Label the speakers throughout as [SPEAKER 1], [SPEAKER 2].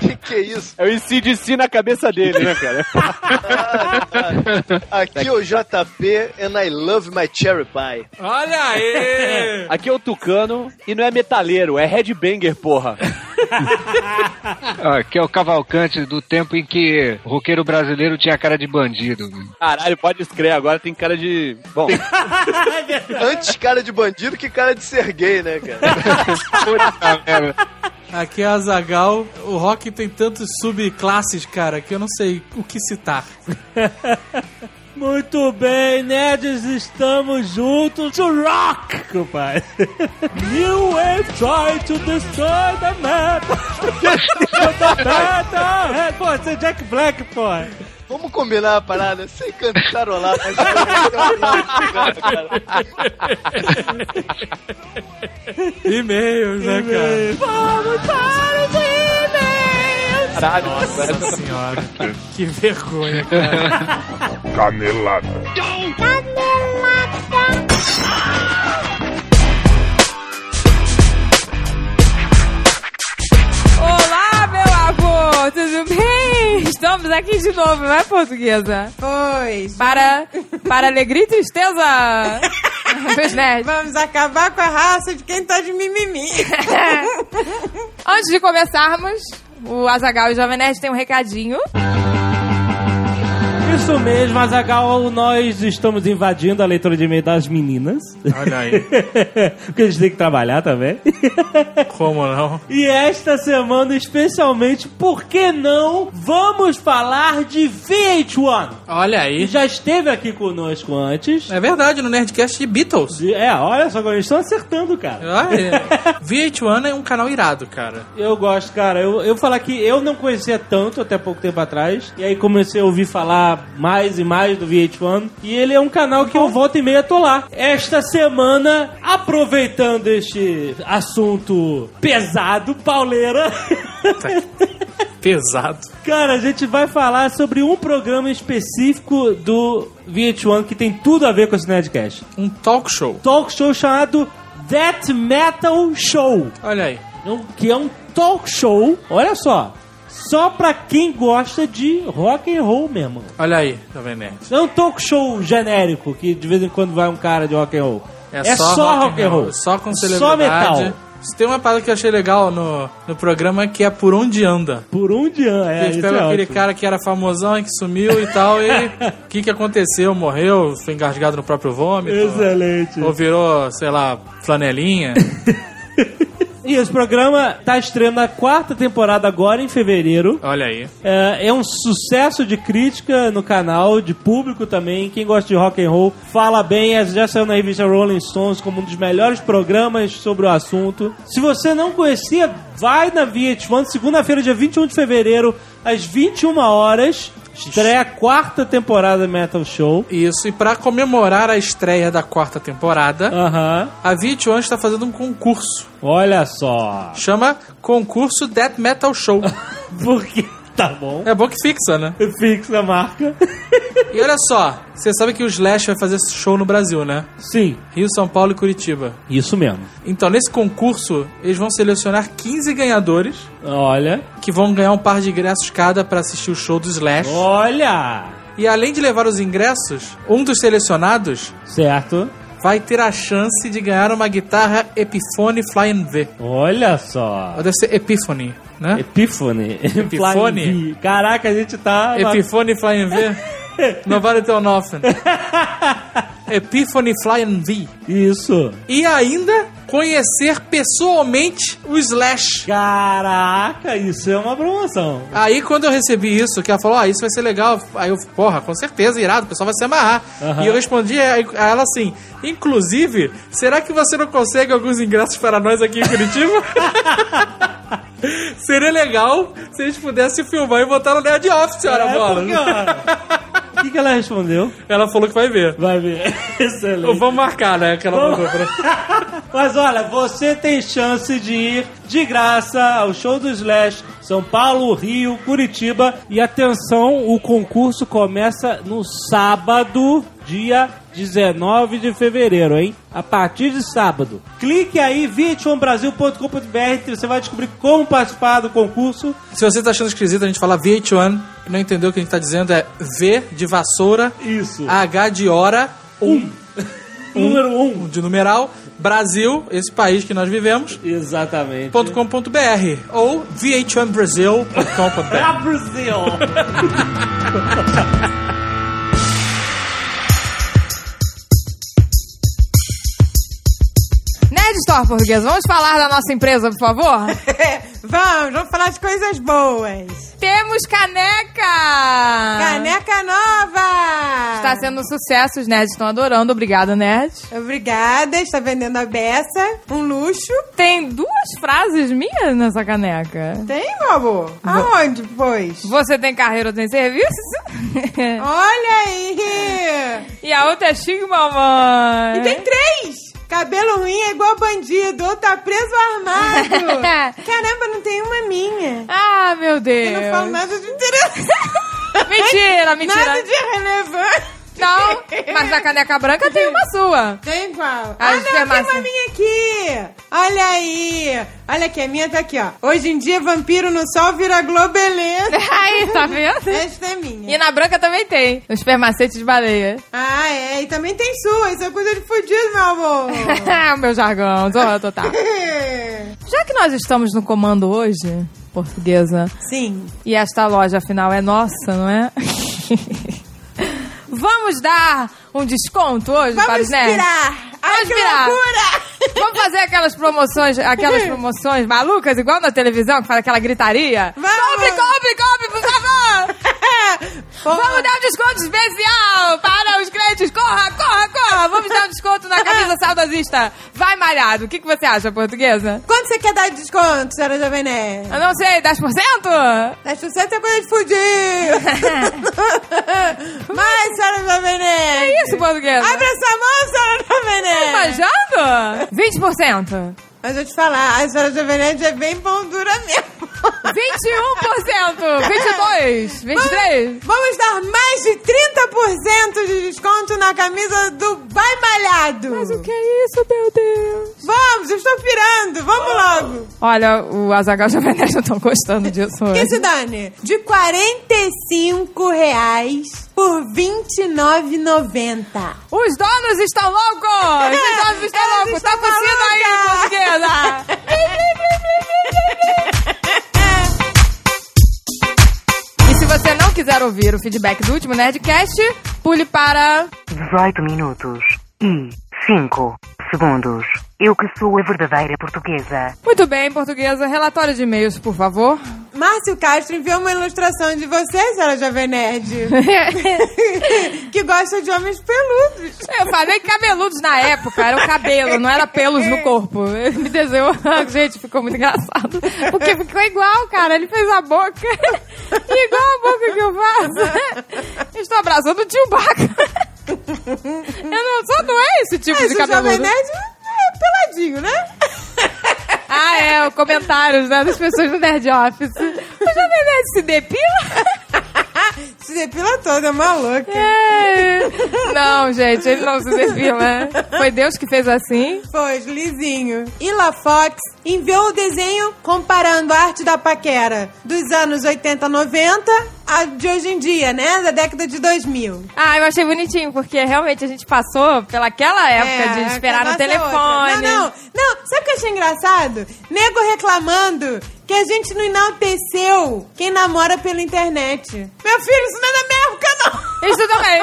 [SPEAKER 1] Que que é isso?
[SPEAKER 2] É o ICDC na cabeça dele, né, cara?
[SPEAKER 1] Aqui é o JP and I love my cherry pie.
[SPEAKER 3] Olha aí!
[SPEAKER 2] Aqui é o Tucano e não é metaleiro, é headbanger, porra.
[SPEAKER 4] Ah, que é o Cavalcante do tempo em que o roqueiro brasileiro tinha cara de bandido. né?
[SPEAKER 2] Caralho, pode escrever agora, tem cara de. Bom,
[SPEAKER 3] É verdade.
[SPEAKER 1] Antes cara de bandido que cara de ser gay, né, cara?
[SPEAKER 4] Puta merda.
[SPEAKER 5] Aqui é a Zagal. O rock tem tantos subclasses, cara, que eu não sei o que citar.
[SPEAKER 3] Muito bem, nerds, estamos juntos to rock, compadre. New wave try to destroy the metal. Destroy the metal. É, pô, você é Jack Black, pô.
[SPEAKER 1] Vamos combinar a parada sem cantarolar, mas cara.
[SPEAKER 5] E-mails, né, cara?
[SPEAKER 3] Vamos para os e-mails.
[SPEAKER 2] caralho,
[SPEAKER 5] Nossa senhora. Que vergonha, cara.
[SPEAKER 6] Canelada.
[SPEAKER 7] Olá, meu avô! Tudo bem? Estamos aqui de novo, não é, portuguesa?
[SPEAKER 8] Pois.
[SPEAKER 7] Para, para alegria e tristeza! Meus nerds.
[SPEAKER 8] Vamos acabar com a raça de quem tá de mimimi.
[SPEAKER 7] Antes de começarmos, o Azagal e o Jovem Nerd têm um recadinho.
[SPEAKER 3] Isso mesmo, Azagal, nós estamos invadindo a leitura de e-mail das meninas.
[SPEAKER 5] Olha aí.
[SPEAKER 3] Porque a gente tem que trabalhar também.
[SPEAKER 5] Como não?
[SPEAKER 3] E esta semana, especialmente, por que não vamos falar de VH1?
[SPEAKER 5] Olha
[SPEAKER 3] E
[SPEAKER 5] aí.
[SPEAKER 3] já esteve aqui conosco antes.
[SPEAKER 5] É verdade, no Nerdcast de Beatles.
[SPEAKER 3] De- É, olha só, eles estão acertando, cara.
[SPEAKER 5] Ah, é. VH1 é um canal irado, cara.
[SPEAKER 3] Eu gosto, cara. Eu, eu falar que eu não conhecia tanto até pouco tempo atrás. E aí comecei a ouvir falar mais e mais do VH1. E ele é um canal que eu volto e meia tô lá. Esta semana, aproveitando este assunto pesado, pauleira.
[SPEAKER 5] Pesado.
[SPEAKER 3] Cara, a gente vai falar sobre um programa específico do VH1 que tem tudo a ver com esse Nerdcast.
[SPEAKER 5] Um talk show.
[SPEAKER 3] Talk show chamado That Metal Show.
[SPEAKER 5] Olha aí.
[SPEAKER 3] um- que é um talk show, olha só, só pra quem gosta de rock and roll mesmo.
[SPEAKER 5] Olha aí, Jovem Nerd.
[SPEAKER 3] Não é um talk show genérico, que de vez em quando vai um cara de rock and roll.
[SPEAKER 5] É, só, rock and roll. Só com
[SPEAKER 3] Só
[SPEAKER 5] celebridade.
[SPEAKER 3] metal.
[SPEAKER 5] Isso Tem uma parada que eu achei legal no, no programa que é Por Onde Anda.
[SPEAKER 3] Por um dia, é,
[SPEAKER 5] Eles
[SPEAKER 3] isso
[SPEAKER 5] pegam
[SPEAKER 3] é
[SPEAKER 5] aquele
[SPEAKER 3] ótimo.
[SPEAKER 5] cara que era famosão e que sumiu e tal, e o que, que aconteceu? Morreu, foi engasgado no próprio vômito?
[SPEAKER 3] Excelente.
[SPEAKER 5] Ou virou, sei lá, flanelinha?
[SPEAKER 3] E esse programa tá estreando a quarta temporada agora em fevereiro.
[SPEAKER 5] Olha aí.
[SPEAKER 3] É, é um sucesso de crítica no canal, de público também. Quem gosta de rock and roll fala bem. É, Já saiu na revista Rolling Stones como um dos melhores programas sobre o assunto. Se você não conhecia, vai na VH1, segunda-feira, dia 21 de fevereiro, às 21 horas. Estreia a quarta temporada Metal Show.
[SPEAKER 5] Isso, e pra comemorar a estreia da quarta temporada,
[SPEAKER 3] Aham.
[SPEAKER 5] a VH1 está fazendo um concurso.
[SPEAKER 3] Olha só.
[SPEAKER 5] Chama Concurso Death Metal Show.
[SPEAKER 3] Porque tá bom.
[SPEAKER 5] É bom que fixa, né?
[SPEAKER 3] Fixa a marca.
[SPEAKER 5] E olha só, você sabe que o Slash vai fazer show no Brasil, né?
[SPEAKER 3] Sim,
[SPEAKER 5] Rio, São Paulo e Curitiba.
[SPEAKER 3] isso mesmo.
[SPEAKER 5] Então, nesse concurso, eles vão selecionar 15 ganhadores
[SPEAKER 3] Olha.
[SPEAKER 5] que vão ganhar um par de ingressos cada pra assistir o show do Slash.
[SPEAKER 3] Olha.
[SPEAKER 5] E além de levar os ingressos, um dos selecionados
[SPEAKER 3] Certo.
[SPEAKER 5] vai ter a chance de ganhar uma guitarra Epiphone Flying V.
[SPEAKER 3] Olha só.
[SPEAKER 5] Ou deve ser Epiphone, né?
[SPEAKER 3] Epífone. Flying V. Caraca, a gente tá. na-
[SPEAKER 5] Epiphone Flying V. Não vale teu nofen. Epiphone Flying V.
[SPEAKER 3] Isso.
[SPEAKER 5] E ainda conhecer pessoalmente o Slash.
[SPEAKER 3] Caraca, isso é uma promoção.
[SPEAKER 5] Aí quando eu recebi isso, que ela falou, ah, isso vai ser legal. Aí eu, porra, com certeza, irado, o pessoal vai se amarrar.
[SPEAKER 3] Aham.
[SPEAKER 5] E eu respondi a a ela assim, inclusive, será que você não consegue alguns ingressos para nós aqui em Curitiba? Seria legal se a gente pudesse filmar e botar no Nerd Office, senhora
[SPEAKER 3] É,
[SPEAKER 5] Bola.
[SPEAKER 3] porque, ó, O que, que ela respondeu?
[SPEAKER 5] Ela falou que vai ver.
[SPEAKER 3] Vai ver. Excelente.
[SPEAKER 5] Vamos marcar, né? Que ela
[SPEAKER 3] Vamos.
[SPEAKER 5] mandou pra-
[SPEAKER 3] Mas olha, você tem chance de ir de graça ao show do Slash São Paulo, Rio, Curitiba. E atenção, o concurso começa no sábado, dia 19 de fevereiro, hein? A partir de sábado. Clique aí, 21brasil.com.br, você vai descobrir como participar do concurso.
[SPEAKER 5] Se você tá achando esquisito a gente falar VH1 e não entendeu o que a gente tá dizendo, é V de vassoura,
[SPEAKER 3] Isso.
[SPEAKER 5] H de hora, 1 um,
[SPEAKER 3] Número 1. Um.
[SPEAKER 5] de numeral, Brasil, esse país que nós vivemos,
[SPEAKER 3] Exatamente.
[SPEAKER 5] .com.br ou vh1brasil.com.br.
[SPEAKER 3] Brasil!
[SPEAKER 7] Nerd Store, português, vamos falar da nossa empresa, por favor?
[SPEAKER 8] vamos, vamos falar de coisas boas.
[SPEAKER 7] Temos caneca!
[SPEAKER 8] Caneca nova!
[SPEAKER 7] Ah. Está sendo um sucesso, os nerds estão adorando. Obrigada, nerd.
[SPEAKER 8] Obrigada, está vendendo a beça. Um luxo.
[SPEAKER 7] Tem duas frases minhas nessa caneca.
[SPEAKER 8] Tem, meu amor? Aonde, pois?
[SPEAKER 7] Você tem carreira ou tem serviço?
[SPEAKER 8] Olha aí!
[SPEAKER 7] e a outra é chique, mamãe.
[SPEAKER 8] E tem três! Cabelo ruim é igual bandido, ou tá preso ou armado. Caramba, não tem uma minha.
[SPEAKER 7] Ah, meu Deus.
[SPEAKER 8] Eu não falo nada de interessante.
[SPEAKER 7] Mentira, mentira.
[SPEAKER 8] Nada de relevante.
[SPEAKER 7] Não, Então, mas a caneca branca tem uma sua.
[SPEAKER 8] Tem qual?
[SPEAKER 7] Ah,
[SPEAKER 8] ah,
[SPEAKER 7] de
[SPEAKER 8] não,
[SPEAKER 7] farmácia.
[SPEAKER 8] tem uma minha aqui! Olha aí! Olha aqui, a minha tá aqui, ó. Hoje em dia, vampiro no sol vira globeleza.
[SPEAKER 7] Aí, tá vendo?
[SPEAKER 8] Esta é minha.
[SPEAKER 7] E na branca também tem, os permacetes de baleia.
[SPEAKER 8] Ah, é. E também tem sua. Isso é coisa de fudido, meu amor.
[SPEAKER 7] o meu jargão, zorra total. Já que nós estamos no comando hoje, portuguesa,
[SPEAKER 8] Sim.
[SPEAKER 7] e esta loja afinal é nossa, não é? Vamos dar um desconto hoje para
[SPEAKER 8] Vamos
[SPEAKER 7] os nerds?
[SPEAKER 8] virar! Ai,
[SPEAKER 7] Vamos
[SPEAKER 8] que
[SPEAKER 7] virar.
[SPEAKER 8] loucura!
[SPEAKER 7] Vamos fazer aquelas promoções, aquelas promoções malucas, igual na televisão, que faz aquela gritaria?
[SPEAKER 8] Vamos.
[SPEAKER 7] Compre, compre, compre, por favor! Vamos dar um desconto especial para os crentes! Corra, corra, corra! Vamos dar um desconto na camisa saudosista! Vai malhado! O que, que você acha, portuguesa?
[SPEAKER 8] Quanto você quer dar de desconto, senhora Jovem Nerd?
[SPEAKER 7] Eu não sei, 10%?
[SPEAKER 8] Tá sucesso é coisa de fudido! Mas, senhora Jovem Nerd!
[SPEAKER 7] É isso, portuguesa!
[SPEAKER 8] Abre essa mão, senhora Jovem Nerd!
[SPEAKER 7] Manjando? 20%!
[SPEAKER 8] Mas eu te falar, a senhora Jovem Nerd é bem pão dura mesmo.
[SPEAKER 7] 21%! 22%! 23%!
[SPEAKER 8] Vamos dar mais de 30% de desconto na camisa do Vai Malhado.
[SPEAKER 7] Mas o que é isso, meu Deus?
[SPEAKER 8] Vamos, eu estou pirando. Vamos logo.
[SPEAKER 7] Olha, o Azagal e o Jovem Nerd não estão gostando disso
[SPEAKER 8] Que
[SPEAKER 7] hoje.
[SPEAKER 8] se dane. De 45 reais por 29,90.
[SPEAKER 7] Os donos estão loucos! Os donos estão
[SPEAKER 8] Elas
[SPEAKER 7] loucos!
[SPEAKER 8] estão
[SPEAKER 7] Tá tossindo aí,
[SPEAKER 8] malucas!
[SPEAKER 7] portuguesa! E se você não quiser ouvir o feedback do último Nerdcast, pule para...
[SPEAKER 9] 18 minutos e 5 segundos. Eu que sou a verdadeira portuguesa.
[SPEAKER 7] Muito bem, portuguesa, relatório de e-mails, por favor.
[SPEAKER 8] Márcio Castro enviou uma ilustração de você, senhora Jovem Nerd, que gosta de homens peludos.
[SPEAKER 7] Eu falei cabeludos na época, era o cabelo, não era pelos no corpo. Ele me desenhou. Gente, ficou muito engraçado. Porque ficou igual, cara. Ele fez a boca. Igual a boca que eu faço. Eu Estou abraçando o tio Baca. Eu não sou, não é esse tipo
[SPEAKER 8] Mas
[SPEAKER 7] de
[SPEAKER 8] o Jovem
[SPEAKER 7] cabeludo.
[SPEAKER 8] Nerd é peladinho, né?
[SPEAKER 7] Ah, é, o comentários, né, das pessoas do Nerd Office. O Jovem Nerd se depila?
[SPEAKER 8] Se depila toda, maluca.
[SPEAKER 7] É. Não, gente, ele não se depila. Foi Deus que fez assim.
[SPEAKER 8] Pois, lisinho. Ila Fox enviou o desenho comparando a arte da paquera dos anos 80, 90 a de hoje em dia, né? Da década de 2000.
[SPEAKER 7] Ah, eu achei bonitinho, porque realmente a gente passou pelaquela época de esperar
[SPEAKER 8] a
[SPEAKER 7] no
[SPEAKER 8] nossa é outra.
[SPEAKER 7] telefone.
[SPEAKER 8] Não, não, não. Sabe o que eu achei engraçado? Nego reclamando que a gente não enalteceu quem namora pela internet. Meu filho, isso não é da minha época, não.
[SPEAKER 7] Isso também,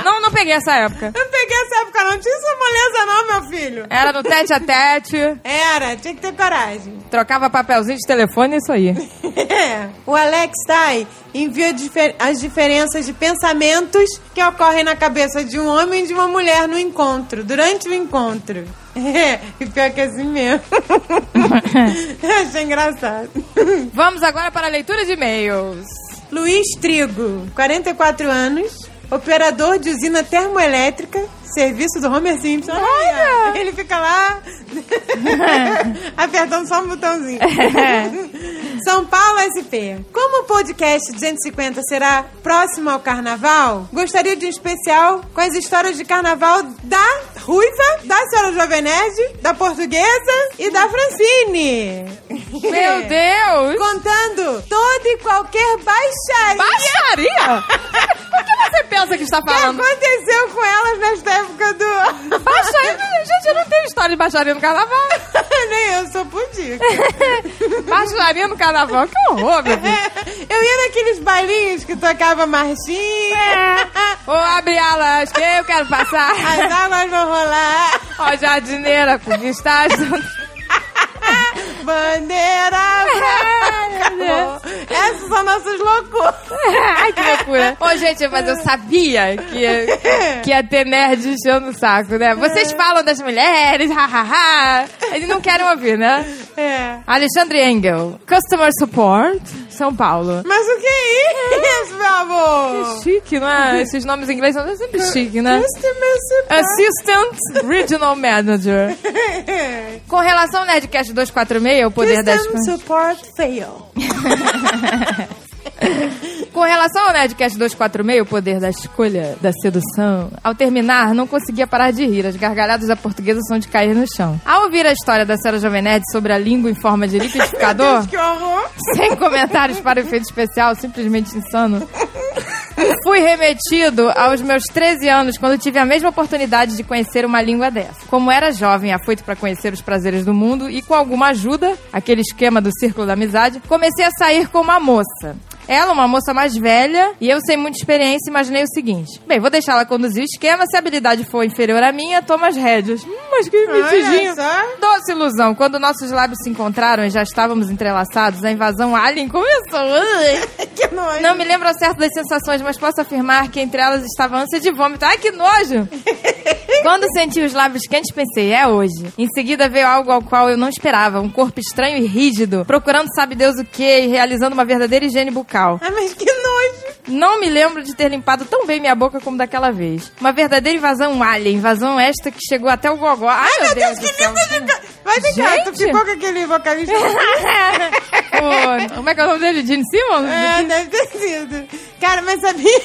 [SPEAKER 7] é. Não, não peguei essa época.
[SPEAKER 8] Eu não peguei essa época, não. Tinha essa moleza, não, meu filho.
[SPEAKER 7] Era no tete a tete,
[SPEAKER 8] Era, tinha que ter coragem.
[SPEAKER 7] trocava papelzinho de telefone, isso aí.
[SPEAKER 8] O Alex Tai envia difer- as diferenças de pensamentos que ocorrem na cabeça de um homem e de uma mulher no encontro, durante o encontro. É, e pior que é assim mesmo. Eu Achei engraçado.
[SPEAKER 7] Vamos agora para a leitura de e-mails.
[SPEAKER 8] Luiz Trigo, 44 anos, operador de usina termoelétrica, serviço do Homer Simpson. Olha! Ele fica lá apertando só um botãozinho. São Paulo SP. Como o podcast 250 será próximo ao carnaval, gostaria de um especial com as histórias de carnaval da Ruiva, da senhora Jovem Nerd, da portuguesa e da Francine.
[SPEAKER 7] Meu Deus!
[SPEAKER 8] Contando toda e qualquer baixaria.
[SPEAKER 7] Baixaria? O que você pensa que está
[SPEAKER 8] O é que
[SPEAKER 7] falando?
[SPEAKER 8] aconteceu com elas nesta época do.
[SPEAKER 7] Baixaria? Gente, eu não tenho história de baixaria no carnaval.
[SPEAKER 8] Nem eu sou pudica.
[SPEAKER 7] Baixaria no carnaval? Que horror, meu filho.
[SPEAKER 8] Eu ia naqueles bailinhos que tocava marchinha.
[SPEAKER 7] Ô, abre alas, que eu quero passar.
[SPEAKER 8] As águas vão rolar.
[SPEAKER 7] Ó, jardineira com estágio.
[SPEAKER 8] Bandeira. branca. Essas são nossas loucuras.
[SPEAKER 7] Ai, que loucura. Ô, gente, mas eu sabia que ia, que ia ter nerd enchendo o saco, né? Vocês falam das mulheres, hahaha. Eles não querem ouvir, né?
[SPEAKER 8] É.
[SPEAKER 7] Alexandre Engel, Customer Support, São Paulo.
[SPEAKER 8] Mas o que é isso, meu amor?
[SPEAKER 7] Que chique, não é? Esses nomes em inglês são sempre chique, né?
[SPEAKER 8] Este meu super-
[SPEAKER 7] Assistant Regional Manager. Com relação ao Nerdcast 246, o poder das...
[SPEAKER 8] System support fail.
[SPEAKER 7] Com relação ao Nerdcast 246, o poder da escolha, da sedução, ao terminar, não conseguia parar de rir. As gargalhadas da portuguesa são de cair no chão. Ao ouvir a história da senhora Jovem Nerd sobre a língua em forma de liquidificador,
[SPEAKER 8] Que horror.
[SPEAKER 7] sem comentários para efeito especial, simplesmente insano. Fui remetido aos meus 13 anos quando tive a mesma oportunidade de conhecer uma língua dessa. Como era jovem, afoito para conhecer os prazeres do mundo e com alguma ajuda, aquele esquema do círculo da amizade, comecei a sair com uma moça. Ela, uma moça mais velha, e eu sem muita experiência, imaginei o seguinte: Bem, vou deixar ela conduzir o esquema, se a habilidade for inferior à minha, toma as rédeas. Hum, mas que metidinho.
[SPEAKER 8] só.
[SPEAKER 7] Doce ilusão, quando nossos lábios se encontraram e já estávamos entrelaçados, a invasão alien começou. Ui.
[SPEAKER 8] Que nojo.
[SPEAKER 7] Não me lembro ao certo das sensações, mas posso afirmar que entre elas estava a ânsia de vômito. Ai, que nojo! Quando senti os lábios quentes, pensei, é hoje. Em seguida veio algo ao qual eu não esperava, um corpo estranho e rígido, procurando sabe Deus o que e realizando uma verdadeira higiene bucal.
[SPEAKER 8] Ai, mas que nojo.
[SPEAKER 7] Não me lembro de ter limpado tão bem minha boca como daquela vez. Uma verdadeira invasão um alien, invasão esta que chegou até o gogó. Ai, meu Deus, do
[SPEAKER 8] que
[SPEAKER 7] céu.
[SPEAKER 8] língua de... ca- Vai de cá, tu
[SPEAKER 7] Gente.
[SPEAKER 8] ficou com aquele vocalista.
[SPEAKER 7] O- como é que é o nome dele? Gene Simmons?
[SPEAKER 8] É, deve ter sido. Cara, mas sabia,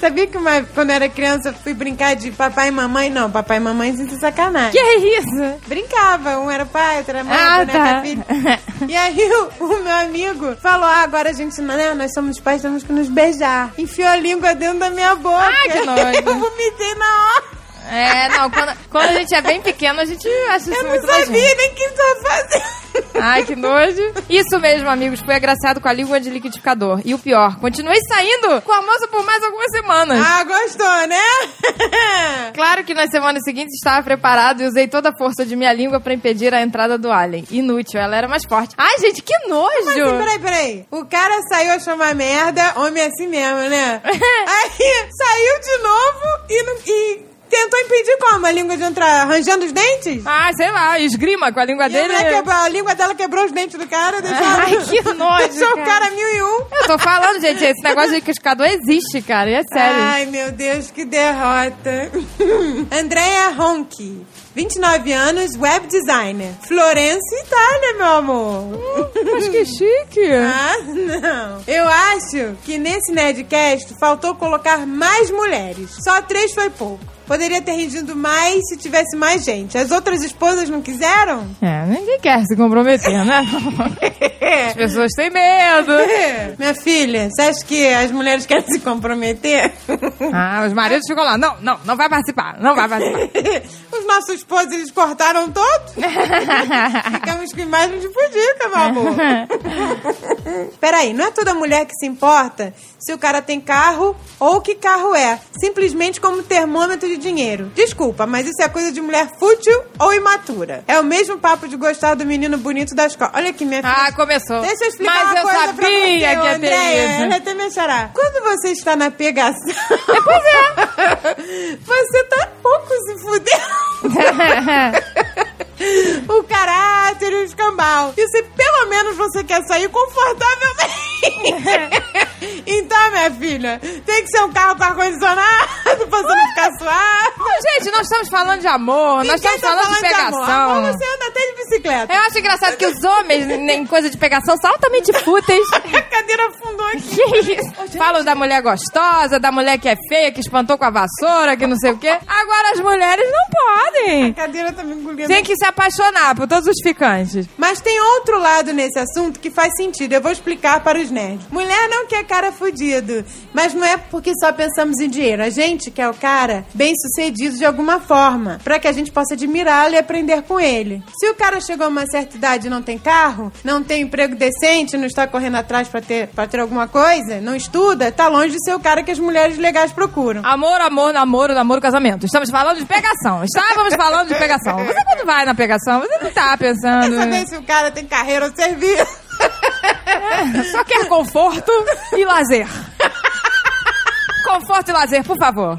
[SPEAKER 8] sabia que uma- quando eu era criança eu fui brincar de papai e mamãe? Não, papai e mamãe sem ser sacanagem.
[SPEAKER 7] Que é isso?
[SPEAKER 8] Brincava, um era pai, outro era mãe,
[SPEAKER 7] Ah,
[SPEAKER 8] outro era
[SPEAKER 7] tá.
[SPEAKER 8] filho. E aí o, o meu amigo falou: ah, agora a gente, né? Nós somos pais, temos que nos beijar. Enfiou a língua dentro da minha boca.
[SPEAKER 7] Ah, que nojo.
[SPEAKER 8] Eu vomitei na hora.
[SPEAKER 7] É, não, quando, quando a gente é bem pequeno, a gente acha isso
[SPEAKER 8] Eu não
[SPEAKER 7] muito
[SPEAKER 8] sabia
[SPEAKER 7] nojento.
[SPEAKER 8] nem o que estava fazendo.
[SPEAKER 7] Ai, que nojo. Isso mesmo, amigos, foi agraciado com a língua de liquidificador. E o pior, continuei saindo com a moça por mais algumas semanas.
[SPEAKER 8] Ah, gostou, né?
[SPEAKER 7] Claro que nas semanas seguintes estava preparado e usei toda a força de minha língua pra impedir a entrada do alien. Inútil, ela era mais forte. Ai, gente, que
[SPEAKER 8] Assim,
[SPEAKER 7] nojo!
[SPEAKER 8] peraí, peraí. O cara saiu achou uma merda, homem é assim mesmo, né? Aí saiu de novo e, não- e tentou impedir como? A língua de entrar arranjando os dentes?
[SPEAKER 7] Ah, sei lá, esgrima com a língua
[SPEAKER 8] E a,
[SPEAKER 7] dele.
[SPEAKER 8] mulher quebrou- a língua dela quebrou os dentes do cara, deixou,
[SPEAKER 7] Ah, Ai, que nojo,
[SPEAKER 8] deixou o
[SPEAKER 7] cara.
[SPEAKER 8] cara mil e um.
[SPEAKER 7] Eu tô falando, gente, esse negócio de liquidificador existe, cara, e é sério.
[SPEAKER 8] Ai, meu Deus, que derrota. Andrea Ronchi, 29 anos, web designer. Florença, Itália, meu amor.
[SPEAKER 7] Mas que chique.
[SPEAKER 8] Ah, não. Eu acho que nesse Nerdcast faltou colocar mais mulheres. Só três foi pouco. Poderia ter rendido mais se tivesse mais gente. As outras esposas não quiseram?
[SPEAKER 7] É, ninguém quer se comprometer, né? As pessoas têm medo.
[SPEAKER 8] Minha filha, você acha que as mulheres querem se comprometer?
[SPEAKER 7] Ah, os maridos ficam lá. Não, não, não vai participar. Não vai participar.
[SPEAKER 8] Os nossos esposos, eles cortaram todos. Ficamos com imagem de pudica, meu amor. Peraí, não é toda mulher que se importa se o cara tem carro ou que carro é. Simplesmente como termômetro de dinheiro. Desculpa, mas isso é coisa de mulher fútil ou imatura. É o mesmo papo de gostar do menino bonito da escola. Olha aqui, minha filha.
[SPEAKER 7] Ah, começou.
[SPEAKER 8] Deixa eu explicar
[SPEAKER 7] Mas
[SPEAKER 8] uma
[SPEAKER 7] eu
[SPEAKER 8] coisa
[SPEAKER 7] sabia
[SPEAKER 8] pra você,
[SPEAKER 7] que ia ter
[SPEAKER 8] Andréia.
[SPEAKER 7] isso.
[SPEAKER 8] Ela até me achará. Quando você está na pegação... Pois
[SPEAKER 7] é.
[SPEAKER 8] é. você tá pouco se fudendo. o caráter e o escambau. E se pelo menos você quer sair confortavelmente. Então, minha filha, tem que ser um carro com ar-condicionado pra você não ficar suado.
[SPEAKER 7] Ô, gente, nós estamos falando de amor, nós
[SPEAKER 8] Ninguém
[SPEAKER 7] estamos
[SPEAKER 8] tá
[SPEAKER 7] falando, de
[SPEAKER 8] amor. Agora
[SPEAKER 7] pegação. É.
[SPEAKER 8] você anda até de bicicleta.
[SPEAKER 7] Eu acho engraçado que os homens, em coisa de pegação, são altamente fúteis.
[SPEAKER 8] A cadeira afundou aqui.
[SPEAKER 7] Que isso? Falam da mulher gostosa, da mulher que é feia, que espantou com a vassoura, que não sei o quê. Agora as mulheres não
[SPEAKER 8] A
[SPEAKER 7] podem.
[SPEAKER 8] cadeira tá me engolindo.
[SPEAKER 7] Tem que se apaixonar por todos os ficantes.
[SPEAKER 8] Mas tem outro lado nesse assunto que faz sentido. Eu vou explicar para os nerds. Mulher não quer cara fudido. Mas não é porque só pensamos em dinheiro. A gente quer o cara bem sucedido de alguma forma. Pra que a gente possa admirá-lo e aprender com ele. Se o cara chegou a uma certa idade e não tem carro, não tem emprego decente, não está correndo atrás pra ter, pra ter alguma coisa, não estuda, tá longe de ser o cara que as mulheres legais procuram.
[SPEAKER 7] Amor, amor, namoro, namoro, casamento. Estamos falando de pegação. Estávamos falando de pegação. Você quando vai na pegação, você não tá
[SPEAKER 8] Quer
[SPEAKER 7] pensando.
[SPEAKER 8] saber se o cara tem carreira ou serviço?
[SPEAKER 7] Só quer conforto e lazer. Conforto e lazer, por favor.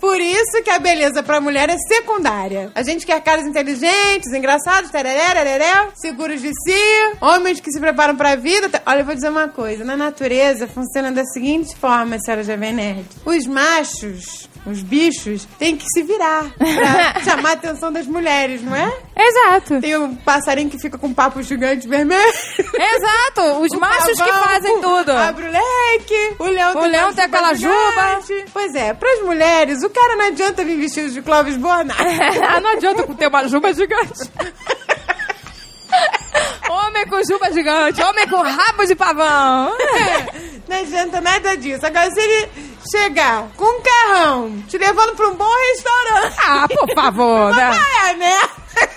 [SPEAKER 8] Por isso que a beleza pra mulher é secundária. A gente quer caras inteligentes, engraçados, tereré, tereré, seguros de si, homens que se preparam pra vida. Te- Olha, eu vou dizer uma coisa. Na natureza funciona da seguinte forma, senhora Jovem Nerd. Os machos, os bichos, têm que se virar pra chamar a atenção das mulheres, não é?
[SPEAKER 7] Exato.
[SPEAKER 8] Tem um passarinho que fica com um papo gigante vermelho.
[SPEAKER 7] Exato. Os
[SPEAKER 8] O
[SPEAKER 7] machos que
[SPEAKER 8] pavão,
[SPEAKER 7] fazem
[SPEAKER 8] o-
[SPEAKER 7] tudo.
[SPEAKER 8] Abre o leque, o leão
[SPEAKER 7] O
[SPEAKER 8] tem,
[SPEAKER 7] leão
[SPEAKER 8] uma
[SPEAKER 7] tem aquela
[SPEAKER 8] gigante. Pois é, pras mulheres, o cara não adianta vir vestido de Clóvis Bornai.
[SPEAKER 7] Ah, não adianta ter uma juba gigante. Homem com juba gigante, homem com rabo de pavão.
[SPEAKER 8] Não adianta nada disso. Agora, se ele chegar com um carrão, te levando pra um bom restaurante,
[SPEAKER 7] Ah, por favor, né?
[SPEAKER 8] é, né?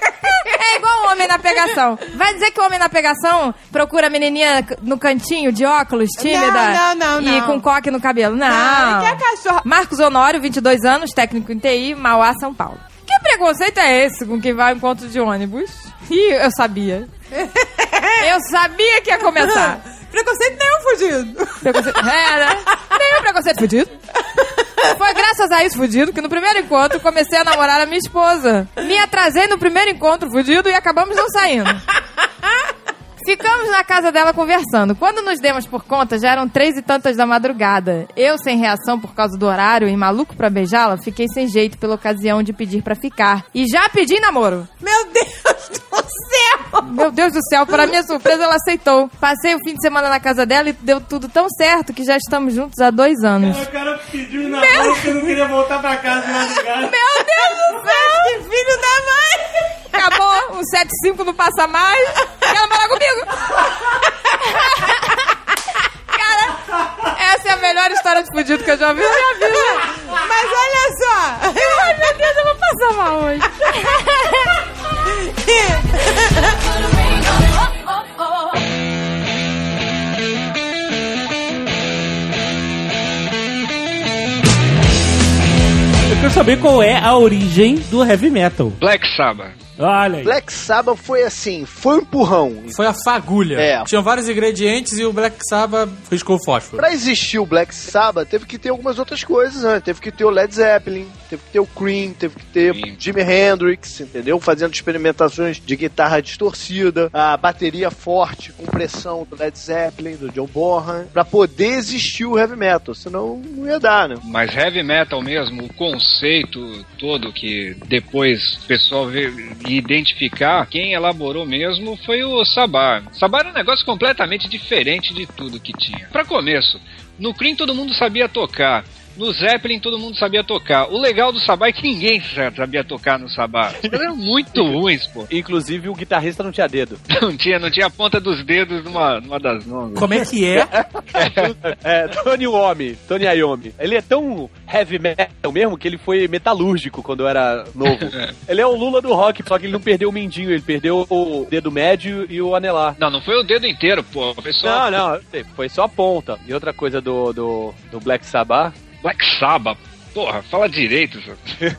[SPEAKER 7] É igual o homem na pegação. Vai dizer que o homem na pegação procura a menininha c- no cantinho de óculos, tímida?
[SPEAKER 8] Não, não, não,
[SPEAKER 7] E
[SPEAKER 8] não.
[SPEAKER 7] com coque no cabelo. Não.
[SPEAKER 8] Não, ele quer cachorro.
[SPEAKER 7] Marcos Honório, 22 anos, técnico em TI, Mauá, São Paulo. Que preconceito é esse com quem vai ao encontro de ônibus? Ih, eu sabia. Eu sabia que ia começar.
[SPEAKER 8] Preconceito nenhum fudido.
[SPEAKER 7] Preconceito. É, né? Nenhum preconceito fudido. Foi graças a isso, fudido, que no primeiro encontro comecei a namorar a minha esposa. Me atrasei no primeiro encontro, fudido, e acabamos não saindo. Ficamos na casa dela conversando. Quando nos demos por conta, já eram três e tantas da madrugada. Eu, sem reação por causa do horário e maluco pra beijá-la, fiquei sem jeito pela ocasião de pedir pra ficar. E já pedi namoro.
[SPEAKER 8] Meu Deus do céu!
[SPEAKER 7] Meu Deus do céu, para minha surpresa, ela aceitou. Passei o fim de semana na casa dela e deu tudo tão certo que já estamos juntos há dois anos.
[SPEAKER 3] O cara pediu na mão que não queria voltar pra casa de madrugada.
[SPEAKER 7] Meu Deus do
[SPEAKER 8] Que filho da mãe!
[SPEAKER 7] céu! Acabou, um 7-5 não passa mais. Quer morar comigo? Cara, essa é a melhor história de fudido que eu já ouvi na minha vida.
[SPEAKER 8] Mas olha só!
[SPEAKER 7] Ai, meu Deus, eu vou passar mal hoje.
[SPEAKER 3] Eu quero saber qual é a origem do heavy metal.
[SPEAKER 4] Black Sabbath.
[SPEAKER 3] Olha aí.
[SPEAKER 1] Black Sabbath foi assim, foi um empurrão.
[SPEAKER 5] Foi a fagulha.
[SPEAKER 1] É.
[SPEAKER 5] Tinham vários ingredientes e o Black Sabbath riscou o fósforo.
[SPEAKER 1] Pra existir o Black Sabbath, teve que ter algumas outras coisas antes. Teve que ter o Led Zeppelin, teve que ter o Cream, teve que ter
[SPEAKER 4] Sim.
[SPEAKER 1] Jimi Hendrix, entendeu? Fazendo experimentações de guitarra distorcida, a bateria forte com pressão do Led Zeppelin, do John Bonham, pra poder existir o heavy metal. Senão não ia dar, né?
[SPEAKER 4] Mas heavy metal mesmo, o conceito todo que depois o pessoal veio identificar, quem elaborou mesmo foi o Sabá. Sabá era um negócio completamente diferente de tudo que tinha. Pra começo, no Cream todo mundo sabia tocar. No Zeppelin todo mundo sabia tocar. O legal do Sabá é que ninguém sa- sabia tocar no Sabá. Eles eram muito ruins, pô.
[SPEAKER 2] Inclusive, o guitarrista não tinha dedo.
[SPEAKER 4] Não tinha, não tinha a ponta dos dedos numa, numa das mãos.
[SPEAKER 5] Como é que é?
[SPEAKER 2] É, Tony Iommi, Tony Iommi. Ele é tão heavy metal mesmo que ele foi metalúrgico quando eu era novo. ele é o Lula do rock, só que ele não perdeu o mindinho, ele perdeu o dedo médio e o anelar.
[SPEAKER 4] Não, não foi o dedo inteiro, pô. Foi só
[SPEAKER 2] Não, não, foi só a ponta. E outra coisa do, do, do Black Sabbath,
[SPEAKER 4] Black Sabbath. Porra, fala direito, Zé.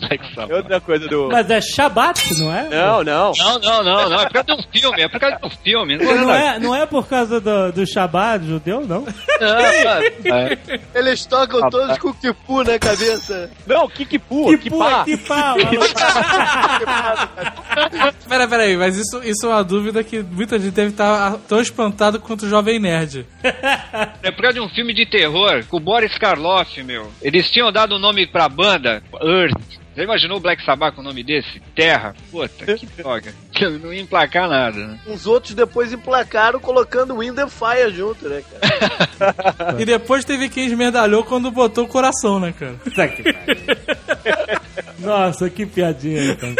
[SPEAKER 4] Black
[SPEAKER 2] É outra coisa do.
[SPEAKER 3] Mas é Shabat, não é?
[SPEAKER 2] Não, não.
[SPEAKER 4] Não, não, não, não. É por causa de um filme, é por causa de um filme. Não,
[SPEAKER 3] Não é, não é por causa do, do Shabat judeu, não?
[SPEAKER 4] não, é.
[SPEAKER 1] Eles tocam todos com o Kipu na cabeça.
[SPEAKER 2] Não, Kikipu,
[SPEAKER 3] que pá,
[SPEAKER 2] Kipá.
[SPEAKER 3] que pá, maluco.
[SPEAKER 5] Pera, pera aí, mas isso, isso é uma dúvida que muita gente deve estar ah, tão espantado quanto o Jovem Nerd.
[SPEAKER 4] É por causa de um filme de terror com o Boris Karloff, meu. Eles tinham dado o nome pra banda, Earth. Já imaginou o Black Sabbath com o nome desse? Terra? Puta, que droga. Eu Não ia emplacar nada. né?
[SPEAKER 1] Os outros depois emplacaram colocando Wind and Fire junto, né, cara?
[SPEAKER 5] E depois teve quem esmerdalhou quando botou o coração, né, cara?
[SPEAKER 3] Puta que pariu. Nossa, que piadinha, então.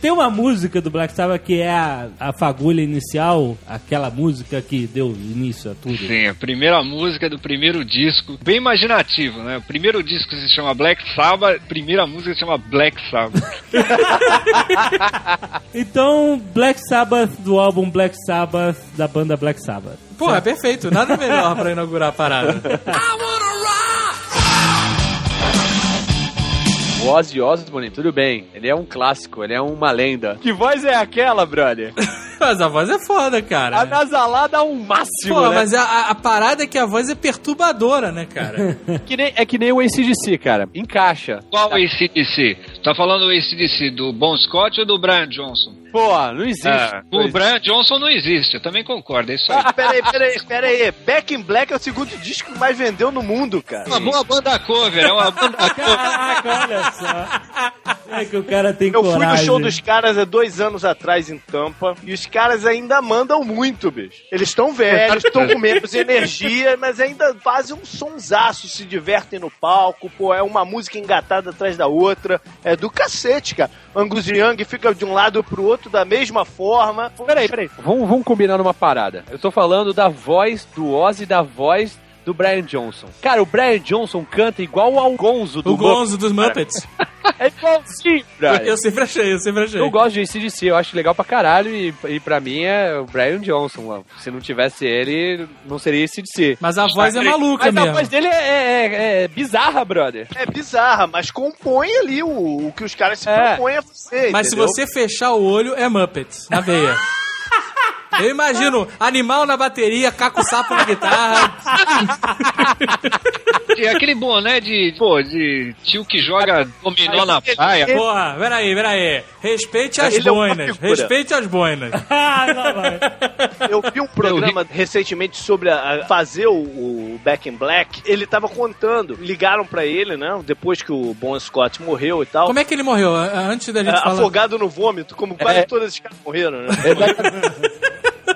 [SPEAKER 3] Tem uma música do Black Sabbath que é a, a fagulha inicial, aquela música que deu início a tudo.
[SPEAKER 4] Sim, a primeira música do primeiro disco, bem imaginativo, né? O primeiro disco se chama Black Sabbath, a primeira música se chama Black Sabbath.
[SPEAKER 3] Então, Black Sabbath do álbum Black Sabbath, da banda Black Sabbath.
[SPEAKER 5] Pô, é perfeito, nada melhor pra inaugurar a parada.
[SPEAKER 2] O Ozzy Osbourne, tudo bem. Ele é um clássico, ele é uma lenda. Que voz é aquela, brother?
[SPEAKER 5] Mas a voz é foda, cara.
[SPEAKER 2] A nasalada ao máximo, né?
[SPEAKER 5] Pô, mas a- a, a parada é que a voz é perturbadora, né, cara?
[SPEAKER 2] Que nem, é que nem o ACDC, cara. Encaixa.
[SPEAKER 4] Qual o ACDC? Tá falando o ACDC do Bon Scott ou do Brian Johnson?
[SPEAKER 2] Pô, não existe.
[SPEAKER 4] Ah, o
[SPEAKER 2] Pois-
[SPEAKER 4] Brian Johnson não existe, eu também concordo, é isso aí.
[SPEAKER 1] Peraí, peraí, peraí. Back in Black é o segundo disco que mais vendeu no mundo, cara.
[SPEAKER 4] É Uma boa banda cover, é uma banda cover.
[SPEAKER 3] Caraca, olha só. É que o cara tem
[SPEAKER 1] Eu fui
[SPEAKER 3] coragem.
[SPEAKER 1] no show dos caras há dois anos atrás em Tampa e os caras ainda mandam muito, bicho. Eles estão velhos, estão com menos energia, mas ainda fazem um sonsaço, se divertem no palco, pô, é uma música engatada atrás da outra. É do cacete, cara. Angus Young fica de um lado pro outro da mesma forma. É
[SPEAKER 2] Peraí, peraí. Vamos, vamos combinar numa parada. Eu tô falando da voz do Ozzy, da voz do Brian Johnson. Cara, o Brian Johnson canta igual ao Gonzo do
[SPEAKER 5] O Gonzo dos Muppets.
[SPEAKER 2] Muppets. É igualzinho, brother.
[SPEAKER 5] Eu sempre achei, eu sempre achei.
[SPEAKER 2] Eu gosto de ACDC, eu acho legal pra caralho e, e pra mim é o Brian Johnson. mano. Se não tivesse ele, não seria ACDC.
[SPEAKER 5] Mas a voz é maluca
[SPEAKER 2] Mas a
[SPEAKER 5] mesmo.
[SPEAKER 2] voz dele é, é- é- é bizarra, brother.
[SPEAKER 1] É bizarra, mas compõe ali o, o que os caras se
[SPEAKER 2] É.
[SPEAKER 1] propõem a fazer.
[SPEAKER 5] Mas se
[SPEAKER 1] entendeu?
[SPEAKER 5] você fechar o olho, é Muppets, na veia. Eu imagino animal na bateria, caco sapo na guitarra.
[SPEAKER 4] E Aquele boné de, pô, de tio que joga dominó na praia.
[SPEAKER 5] Porra, peraí, peraí. Respeite as
[SPEAKER 1] Ele é uma
[SPEAKER 5] boinas.
[SPEAKER 1] figura.
[SPEAKER 5] respeite as boinas.
[SPEAKER 3] Ah, lá vai.
[SPEAKER 1] Eu vi um programa recentemente sobre a- a fazer o, o Back in Black. Ele tava contando. Ligaram pra ele, né? Depois que o Bon Scott morreu e tal.
[SPEAKER 5] Como é que ele morreu? A- a- Antes da gente
[SPEAKER 1] É,
[SPEAKER 5] falar.
[SPEAKER 1] afogado no vômito, como quase
[SPEAKER 2] É.
[SPEAKER 1] todos esses caras morreram, né?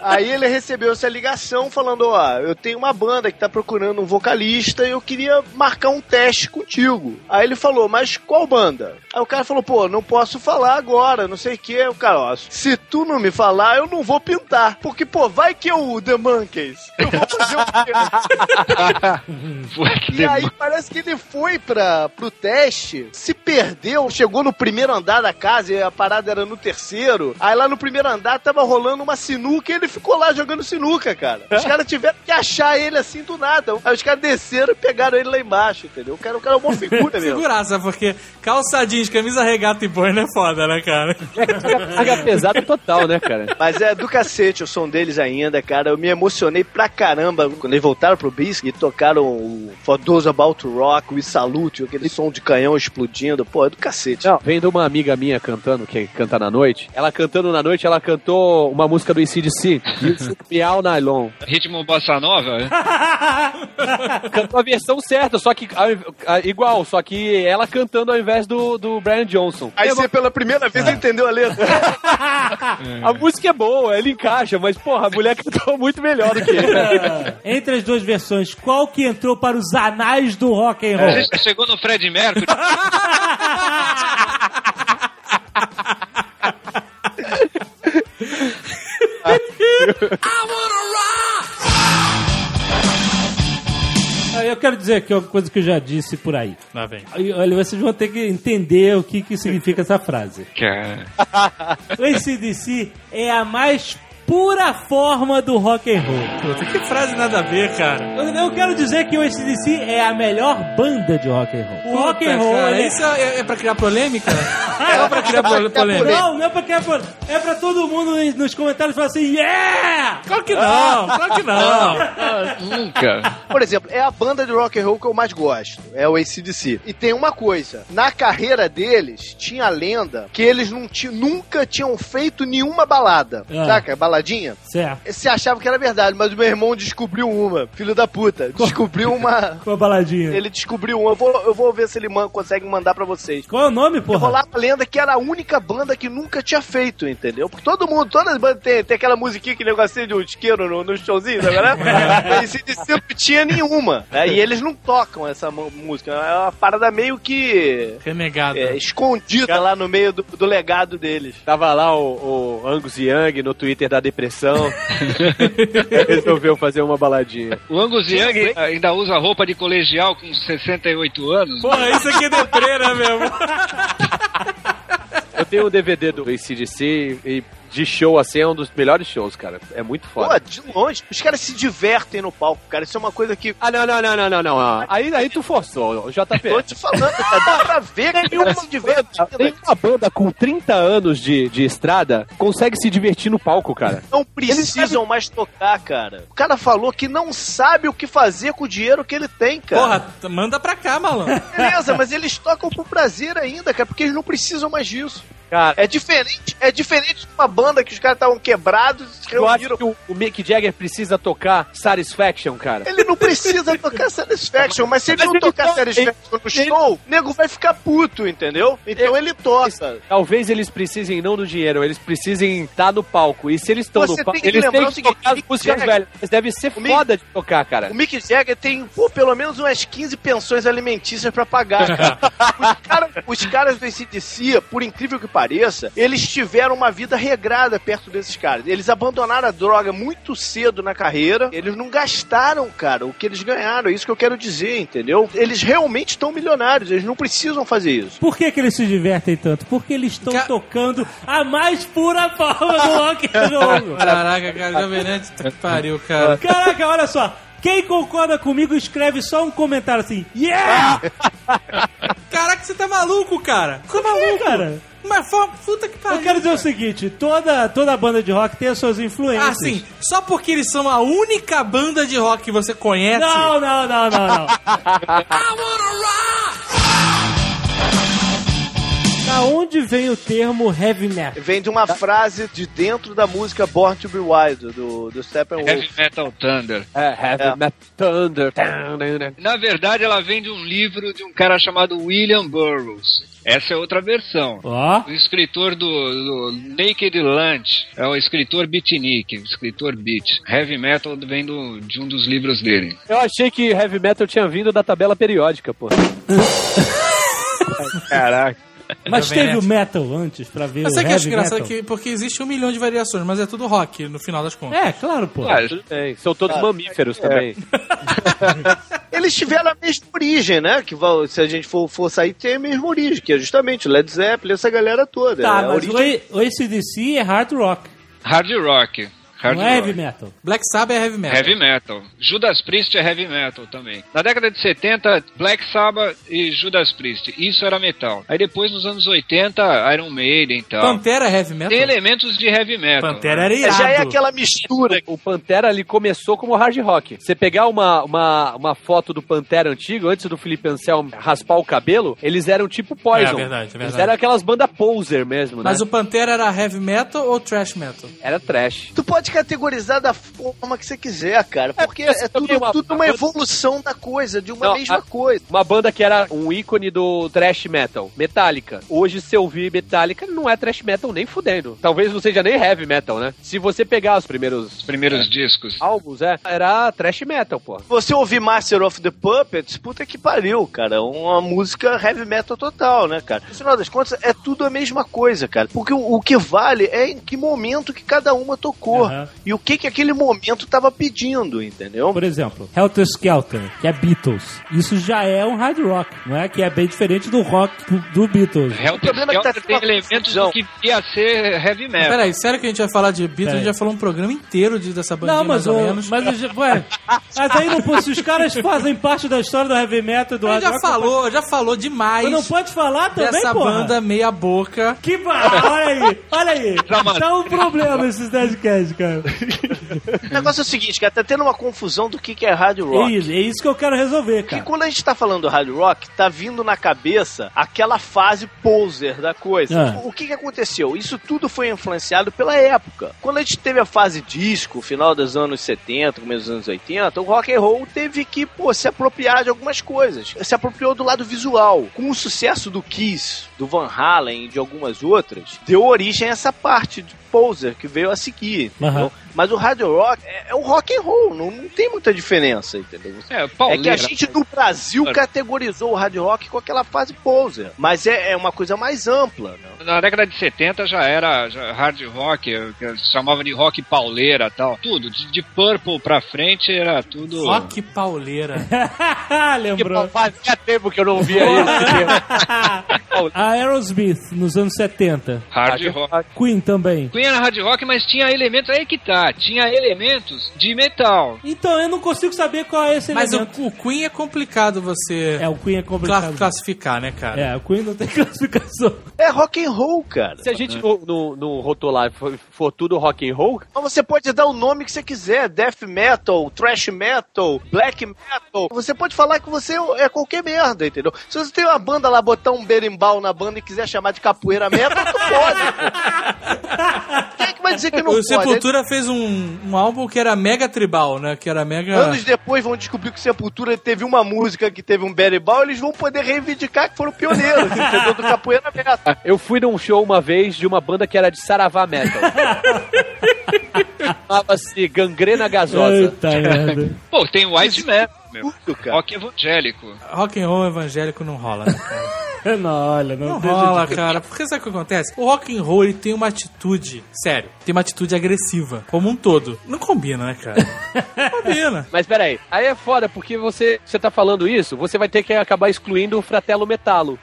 [SPEAKER 1] Aí ele recebeu essa ligação falando, ó, eu tenho uma banda que tá procurando um vocalista e eu queria marcar um teste contigo. Aí ele falou, mas qual banda? Aí o cara falou, pô, não posso falar agora, não sei o que. O cara, ó, se tu não me falar, eu não vou pintar. Porque, pô, vai que é o The Monkeys. Eu vou fazer o quê?
[SPEAKER 4] Foi que
[SPEAKER 1] E aí parece que ele foi pra, pro teste, se perdeu, chegou no primeiro andar da casa e a parada era no terceiro. Aí lá no primeiro andar tava rolando uma sinuca e ele ficou lá jogando sinuca, cara. Os caras tiveram que achar ele assim do nada. Aí os caras desceram e pegaram ele lá embaixo, entendeu? O cara, o cara é uma figura mesmo.
[SPEAKER 5] Figuraça, porque calça jeans, camisa regata e boina é foda, né, cara?
[SPEAKER 2] Carga pesada total, né, cara?
[SPEAKER 1] Mas é do cacete o som deles ainda, cara. Eu me emocionei pra caramba quando eles voltaram pro Bisque e tocaram o For Those About to Rock, o Salute, aquele som de canhão explodindo. Pô, é do cacete.
[SPEAKER 2] Não, vendo uma amiga minha cantando, que canta na noite, ela cantando na noite, ela cantou uma música do ACDC, Miau Nylon.
[SPEAKER 4] Ritmo bossa nova?
[SPEAKER 1] É.
[SPEAKER 2] Cantou a versão certa, só que ao inv- a- igual, só que ela cantando ao invés do, do Brian Johnson.
[SPEAKER 1] Aí você pela primeira vez entendeu a letra.
[SPEAKER 2] A música é boa, ela encaixa, mas porra, a mulher cantou muito melhor do que ele.
[SPEAKER 3] Entre as duas versões, qual que entrou para os anais do rock and roll?
[SPEAKER 4] Você já chegou no Fred Mercury?
[SPEAKER 3] Ah, Eu quero dizer aqui uma coisa que eu já disse por aí.
[SPEAKER 5] Lá vem.
[SPEAKER 3] Aí, Olha, vocês vão ter que entender o que, que significa essa frase.
[SPEAKER 4] Cara.
[SPEAKER 3] O ACDC é a mais pura forma do rock and roll.
[SPEAKER 5] Puta, que frase nada a ver, cara.
[SPEAKER 3] Eu, eu quero dizer que o ACDC é a melhor banda de rock and roll. O rock
[SPEAKER 5] Puta,
[SPEAKER 3] and roll
[SPEAKER 5] cara,
[SPEAKER 3] ele é
[SPEAKER 5] isso é, é pra criar polêmica? é pra criar pol- polêmica.
[SPEAKER 3] Não, não é pra quem é pra, é pra todo mundo nos- nos comentários falar assim, yeah!
[SPEAKER 5] Claro que não, claro que não.
[SPEAKER 4] Nunca.
[SPEAKER 1] Por exemplo, é a banda de rock and roll que eu mais gosto, é o ACDC. E tem uma coisa, na carreira deles tinha a lenda que eles não ti- nunca tinham feito nenhuma balada.
[SPEAKER 3] Ah.
[SPEAKER 1] Saca? Baladinha?
[SPEAKER 3] Certo.
[SPEAKER 1] Se achava que era verdade, mas o meu irmão descobriu uma, filho da puta. Descobriu uma.
[SPEAKER 3] Com a baladinha.
[SPEAKER 1] Ele descobriu uma. Eu vou, eu vou ver se ele man- consegue mandar pra vocês.
[SPEAKER 3] Qual é o nome, porra?
[SPEAKER 1] Rolava a lenda que era a única banda que nunca tinha feito, entendeu? Porque todo mundo, todas as bandas tem, tem aquela musiquinha, que negocinho de um isqueiro no, no showzinho, sabe? Né? Esse de não tinha nenhuma. né? E eles não tocam essa mu- música. É uma parada meio que
[SPEAKER 5] Renegado.
[SPEAKER 1] é, escondida lá no meio do, do legado deles.
[SPEAKER 2] Tava lá o, o Angus Young no Twitter da depressão. Resolveu fazer uma baladinha.
[SPEAKER 4] O Angus Young ainda usa roupa de colegial com 68 anos.
[SPEAKER 5] Porra, isso aqui é deprê, né, meu?
[SPEAKER 2] Eu tenho um DVD do ACDC e de show assim é um dos melhores shows, cara. É muito
[SPEAKER 1] Pô,
[SPEAKER 2] foda.
[SPEAKER 1] de longe, os caras se divertem no palco, cara. Isso é uma coisa que.
[SPEAKER 2] Ah, não, não, não, não, não, não. ah. Aí, aí tu forçou, JP.
[SPEAKER 1] Tô te falando, cara. Dá pra ver que
[SPEAKER 2] Nenhuma
[SPEAKER 1] eles se divertem.
[SPEAKER 2] Tem uma banda com 30 anos de, de estrada consegue se divertir no palco, cara.
[SPEAKER 1] Não precisam mais tocar, cara. O cara falou que não sabe o que fazer com o dinheiro que ele tem, cara.
[SPEAKER 5] Porra, t- manda pra cá, malandro.
[SPEAKER 1] Beleza, mas eles tocam pro prazer ainda, cara, porque eles não precisam mais disso.
[SPEAKER 2] Cara,
[SPEAKER 1] É diferente, é diferente de uma banda que os caras estavam quebrados, se
[SPEAKER 2] É, eu acho
[SPEAKER 1] reuniram.
[SPEAKER 2] que o, o Mick Jagger precisa tocar Satisfaction, cara.
[SPEAKER 1] Ele não precisa tocar Satisfaction, mas se ele
[SPEAKER 2] Mas então,
[SPEAKER 1] não
[SPEAKER 2] ele
[SPEAKER 1] tocar
[SPEAKER 2] toca,
[SPEAKER 1] Satisfaction no
[SPEAKER 2] ele-
[SPEAKER 1] show, o nego vai ficar puto, entendeu? Então ele toca.
[SPEAKER 2] Talvez eles precisem não do dinheiro, eles precisem estar no palco. E se eles estão
[SPEAKER 1] Você
[SPEAKER 2] no
[SPEAKER 1] tem
[SPEAKER 2] palco,
[SPEAKER 1] que
[SPEAKER 2] eles
[SPEAKER 1] lembrar
[SPEAKER 2] têm
[SPEAKER 1] o
[SPEAKER 2] que
[SPEAKER 1] seguinte,
[SPEAKER 2] tocar as
[SPEAKER 1] Mick
[SPEAKER 2] músicas
[SPEAKER 1] Jagger-
[SPEAKER 2] velhas. Mas deve ser
[SPEAKER 1] O Mick-
[SPEAKER 2] foda de tocar, cara.
[SPEAKER 1] O Mick Jagger tem, pô, pelo menos umas 15 pensões alimentícias pra pagar. cara. os, cara- os caras do ACDC, por incrível que pareça, eles tiveram uma vida regrada perto desses caras. Eles abandonaram a droga muito cedo na carreira. Eles não gastaram, cara, o que eles ganharam. É isso que eu quero dizer, entendeu? Eles realmente estão milionários. Eles não precisam fazer isso.
[SPEAKER 3] Por que, que eles se divertem tanto? Porque eles estão
[SPEAKER 5] Ca-
[SPEAKER 3] tocando a mais pura forma do rock and roll.
[SPEAKER 5] Caraca, cara, Jovem Nerd, tá que pariu, cara.
[SPEAKER 3] Caraca, olha só. Quem concorda comigo, escreve só um comentário assim, yeah!
[SPEAKER 5] Caraca, você tá maluco, assim, cara.
[SPEAKER 3] Você é maluco, cara?
[SPEAKER 5] Mas foi uma puta que pariu.
[SPEAKER 3] Eu quero dizer o seguinte, toda, toda banda de rock tem as suas influências.
[SPEAKER 5] Ah, sim. Só porque eles são a única banda de rock que você conhece.
[SPEAKER 3] Não, não, não, não, não. Da onde vem o termo heavy metal?
[SPEAKER 1] Vem de uma frase de dentro da música Born to Be Wild, do, do Steppenwolf.
[SPEAKER 4] Heavy Metal Thunder.
[SPEAKER 2] É, Heavy
[SPEAKER 1] É.
[SPEAKER 2] Metal Thunder.
[SPEAKER 4] Na verdade, ela vem de um livro de um cara chamado William Burroughs. Essa é outra versão.
[SPEAKER 3] Ó,
[SPEAKER 4] O escritor do, do Naked Lunch é o escritor beatnik, o escritor beat. Heavy metal vem do- de um dos livros dele.
[SPEAKER 2] Eu achei que Heavy Metal tinha vindo da tabela periódica, pô. Caraca.
[SPEAKER 3] mas
[SPEAKER 5] Jovem
[SPEAKER 3] teve o
[SPEAKER 5] Nerd.
[SPEAKER 3] metal antes pra ver
[SPEAKER 5] Eu
[SPEAKER 3] o
[SPEAKER 5] sei que eu acho
[SPEAKER 3] heavy
[SPEAKER 5] engraçado
[SPEAKER 3] metal?
[SPEAKER 5] que, porque existe um milhão de variações, mas é tudo rock, no final das contas.
[SPEAKER 3] É, claro, pô.
[SPEAKER 4] Ah,
[SPEAKER 2] Tudo bem, São todos
[SPEAKER 4] é.
[SPEAKER 2] mamíferos também.
[SPEAKER 1] Eles tiveram a mesma origem, né? Que va- se a gente for, for sair, tem a mesma origem, que é justamente Led Zeppelin, essa galera toda.
[SPEAKER 3] Tá,
[SPEAKER 1] É a
[SPEAKER 3] mas
[SPEAKER 1] origem
[SPEAKER 3] o A- o ACDC é hard rock,
[SPEAKER 4] Hard rock. Hard
[SPEAKER 3] não é heavy
[SPEAKER 4] rock.
[SPEAKER 3] metal.
[SPEAKER 5] Black Sabbath é heavy metal.
[SPEAKER 4] Heavy metal. Judas Priest é heavy metal também. Na década de 70, Black Sabbath e Judas Priest. Isso era metal. Aí depois, nos anos 80, Iron Maiden e tal.
[SPEAKER 5] Pantera é heavy metal?
[SPEAKER 4] Tem elementos de heavy metal.
[SPEAKER 5] Pantera era irado.
[SPEAKER 1] Já é aquela mistura.
[SPEAKER 2] O Pantera ali começou como hard rock. Você pegar uma, uma, uma foto do Pantera antigo, antes do Felipe Anselmo raspar o cabelo, eles eram tipo Poison.
[SPEAKER 5] É, é verdade, é verdade.
[SPEAKER 2] Eles eram aquelas bandas poser mesmo, né?
[SPEAKER 5] Mas o Pantera era heavy metal ou trash metal?
[SPEAKER 2] Era trash.
[SPEAKER 1] Tu pode categorizar da forma que você quiser, cara. Porque é,
[SPEAKER 2] eu
[SPEAKER 1] tudo,
[SPEAKER 2] vi uma-
[SPEAKER 1] tudo uma evolução da coisa, de uma
[SPEAKER 2] Não,
[SPEAKER 1] mesma
[SPEAKER 2] a-
[SPEAKER 1] coisa.
[SPEAKER 2] Uma banda que era um ícone do thrash metal, Metallica. Hoje, se eu vi Metallica, não é thrash metal nem fudendo. Talvez não seja nem heavy metal, né? Se você pegar os primeiros
[SPEAKER 4] Os primeiros discos.
[SPEAKER 2] álbuns, é, era thrash metal, pô.
[SPEAKER 1] Você ouvir Master of the Puppets, puta que pariu, cara. Uma música heavy metal total, né, cara? No final das contas, é tudo a mesma coisa, cara. Porque o, o que vale é em que momento que cada uma tocou.
[SPEAKER 3] Aham. É.
[SPEAKER 1] e o que que aquele momento tava pedindo, entendeu?
[SPEAKER 3] Por exemplo, Helter Skelter, que é Beatles. Isso já é um hard rock, não é? Que é bem diferente do rock do Beatles.
[SPEAKER 4] Helter
[SPEAKER 1] problema é que tá
[SPEAKER 4] Skelter tem
[SPEAKER 1] tendo uma
[SPEAKER 4] elementos do
[SPEAKER 1] confusão.
[SPEAKER 4] que ia ser heavy metal.
[SPEAKER 5] Peraí, sério que a gente vai falar de Beatles? A
[SPEAKER 3] Peraí.
[SPEAKER 5] gente já falou um programa inteiro de, dessa bandinha,
[SPEAKER 3] Não, mas,
[SPEAKER 5] um mais ou
[SPEAKER 3] o,
[SPEAKER 5] menos.
[SPEAKER 3] mas, o- ué, mas aí não, pô, se os caras fazem parte da história do heavy metal, do
[SPEAKER 5] a gente
[SPEAKER 3] hard
[SPEAKER 5] já
[SPEAKER 3] rock...
[SPEAKER 5] falou, já falou
[SPEAKER 3] Mas
[SPEAKER 5] demais
[SPEAKER 3] não pode falar também,
[SPEAKER 5] dessa
[SPEAKER 3] porra?
[SPEAKER 5] banda meia boca.
[SPEAKER 3] Que bar... Olha aí, olha aí.
[SPEAKER 4] Dramático.
[SPEAKER 3] Tá um problema esses Deadcast, cara.
[SPEAKER 1] O negócio é o seguinte, cara, tá tendo uma confusão do que que é hard
[SPEAKER 3] É
[SPEAKER 1] rock.
[SPEAKER 3] isso, é isso que eu quero resolver,
[SPEAKER 1] Porque
[SPEAKER 3] cara.
[SPEAKER 1] quando a gente tá falando hard rock, tá vindo na cabeça aquela fase poser da coisa.
[SPEAKER 3] Ah.
[SPEAKER 1] O que que aconteceu? Isso tudo foi influenciado pela época. Quando a gente teve a fase disco, final dos anos 70, começo dos anos 80, o rock and roll teve que, pô, se apropriar de algumas coisas. Se apropriou do lado visual. Com o sucesso do Kiss, do Van Halen e de algumas outras, deu origem a essa parte de poser que veio a seguir, entendeu?
[SPEAKER 3] Aham.
[SPEAKER 1] Mas o hard rock é, é um rock and roll, não, não tem muita diferença, entendeu? Você
[SPEAKER 4] É,
[SPEAKER 1] é que
[SPEAKER 4] pauleira.
[SPEAKER 1] a gente no Brasil categorizou o hard rock com aquela fase poser. Mas é, é uma coisa mais ampla, né?
[SPEAKER 4] Na década de 70 já era já hard rock, que chamava de rock pauleira tal. Tudo, de, de Purple pra frente era tudo...
[SPEAKER 5] Rock pauleira.
[SPEAKER 2] Que
[SPEAKER 3] Lembrou.
[SPEAKER 2] pau- fazia tempo que eu não ouvia né? esse termo.
[SPEAKER 3] A Aerosmith, nos anos 70.
[SPEAKER 4] Hard rock.
[SPEAKER 3] Queen também.
[SPEAKER 4] Queen era hard rock, mas tinha elementos... Aí que tá, tinha elementos de metal.
[SPEAKER 3] Então, eu não consigo saber qual é esse
[SPEAKER 5] Mas o,
[SPEAKER 3] elemento.
[SPEAKER 5] o Queen é complicado você
[SPEAKER 3] É, o Queen é
[SPEAKER 5] cla-
[SPEAKER 3] complicado.
[SPEAKER 5] classificar, né, cara?
[SPEAKER 3] É, o Queen não tem classificação.
[SPEAKER 1] É rock and roll, cara.
[SPEAKER 2] Se a gente não, não, não rotular for, for tudo rock and roll,
[SPEAKER 1] Mas Então você pode dar o nome que você quiser: death metal, thrash metal, black metal. Você pode falar que você é qualquer merda, entendeu? Se você tem uma banda lá, botar um berimbau na banda e quiser chamar de capoeira metal, tu pode. pô. Quem é que vai dizer que não
[SPEAKER 5] O
[SPEAKER 1] pode?
[SPEAKER 5] Sepultura fez um, um álbum que era mega tribal, né? Que era mega.
[SPEAKER 1] Anos depois vão descobrir que o Sepultura teve uma música que teve um berimbau, eles vão poder reivindicar que foram pioneiros, entendeu? Do capoeira metal.
[SPEAKER 2] ah, eu fui num show uma vez de uma banda que era de Saravá Metal. Chamava-se Gangrena Gasosa.
[SPEAKER 3] Eita merda.
[SPEAKER 4] Pô, tem white metal,
[SPEAKER 5] É.
[SPEAKER 4] meu.
[SPEAKER 1] Tudo, cara.
[SPEAKER 4] Rock evangélico.
[SPEAKER 5] Rock and roll evangélico não rola, né?
[SPEAKER 3] Não, olha, não,
[SPEAKER 5] Não
[SPEAKER 3] deixa
[SPEAKER 5] rola,
[SPEAKER 3] de-
[SPEAKER 5] cara. Porque sabe o que acontece? O rock and roll ele tem uma atitude, sério, tem uma atitude agressiva, como um todo. Não combina, né, cara? Não combina.
[SPEAKER 2] Mas peraí, aí é foda, porque você, você tá falando isso, você vai ter que acabar excluindo o Fratelo Metalo.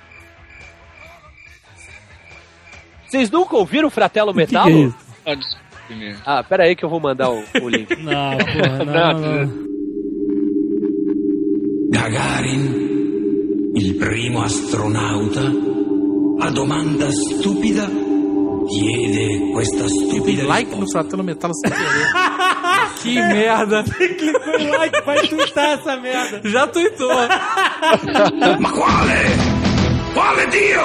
[SPEAKER 2] Vocês nunca ouviram o Fratelo
[SPEAKER 3] Que
[SPEAKER 5] Tá
[SPEAKER 3] que é
[SPEAKER 2] Metalo?
[SPEAKER 3] isso?
[SPEAKER 4] Ah, desculpe, meu.
[SPEAKER 2] ah, peraí que eu vou mandar o, o link.
[SPEAKER 3] Não, porra, não, não.
[SPEAKER 10] Gagarin, il primo astronauta, a domanda stupida chiede questa stupida
[SPEAKER 5] Like no Fratello Metal sem querer. que merda.
[SPEAKER 3] Clicou em like, vai twittar essa merda.
[SPEAKER 5] Já tuitou.
[SPEAKER 10] risposta. Ma quale? Quale Dio?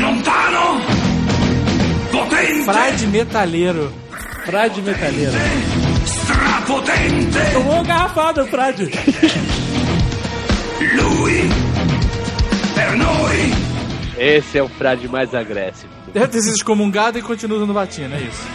[SPEAKER 10] Lontano? Potente?
[SPEAKER 5] Frade metaleiro.
[SPEAKER 3] Frade metaleiro.
[SPEAKER 10] Strapotente?
[SPEAKER 3] Tomou uma garrafada, o Frade.
[SPEAKER 10] Lui? Per noi?
[SPEAKER 2] Esse é o frade mais agressivo.
[SPEAKER 5] Deve ter sido excomungado e continua usando batina, é isso.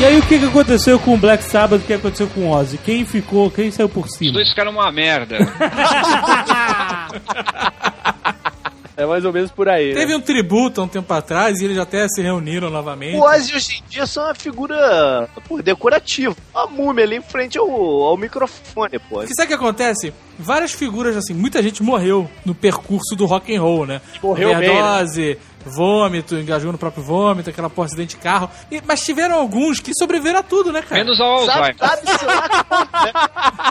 [SPEAKER 3] E aí, o que, que aconteceu com o Black Sabbath? O que aconteceu com o Ozzy? Quem ficou? Quem saiu por
[SPEAKER 4] Os
[SPEAKER 3] cima?
[SPEAKER 4] dois ficaram uma merda.
[SPEAKER 2] É mais ou menos por aí. né?
[SPEAKER 5] Teve um tributo há um tempo atrás e eles até se reuniram novamente.
[SPEAKER 1] O Ozzy hoje em dia é só uma figura pô, decorativa. Uma múmia ali em frente ao, ao microfone, pô.
[SPEAKER 5] Porque sabe o que acontece? Várias figuras, assim, muita gente morreu no percurso do rock and roll, né?
[SPEAKER 2] Morreu bem,
[SPEAKER 5] Overdose, vômito, engajou no próprio vômito, aquela porra acidente de carro. E- mas tiveram alguns que sobreviveram a tudo, né, cara?
[SPEAKER 4] Menos ao
[SPEAKER 1] Sabe,
[SPEAKER 4] Alzheimer.
[SPEAKER 1] sabe-se lá como, né?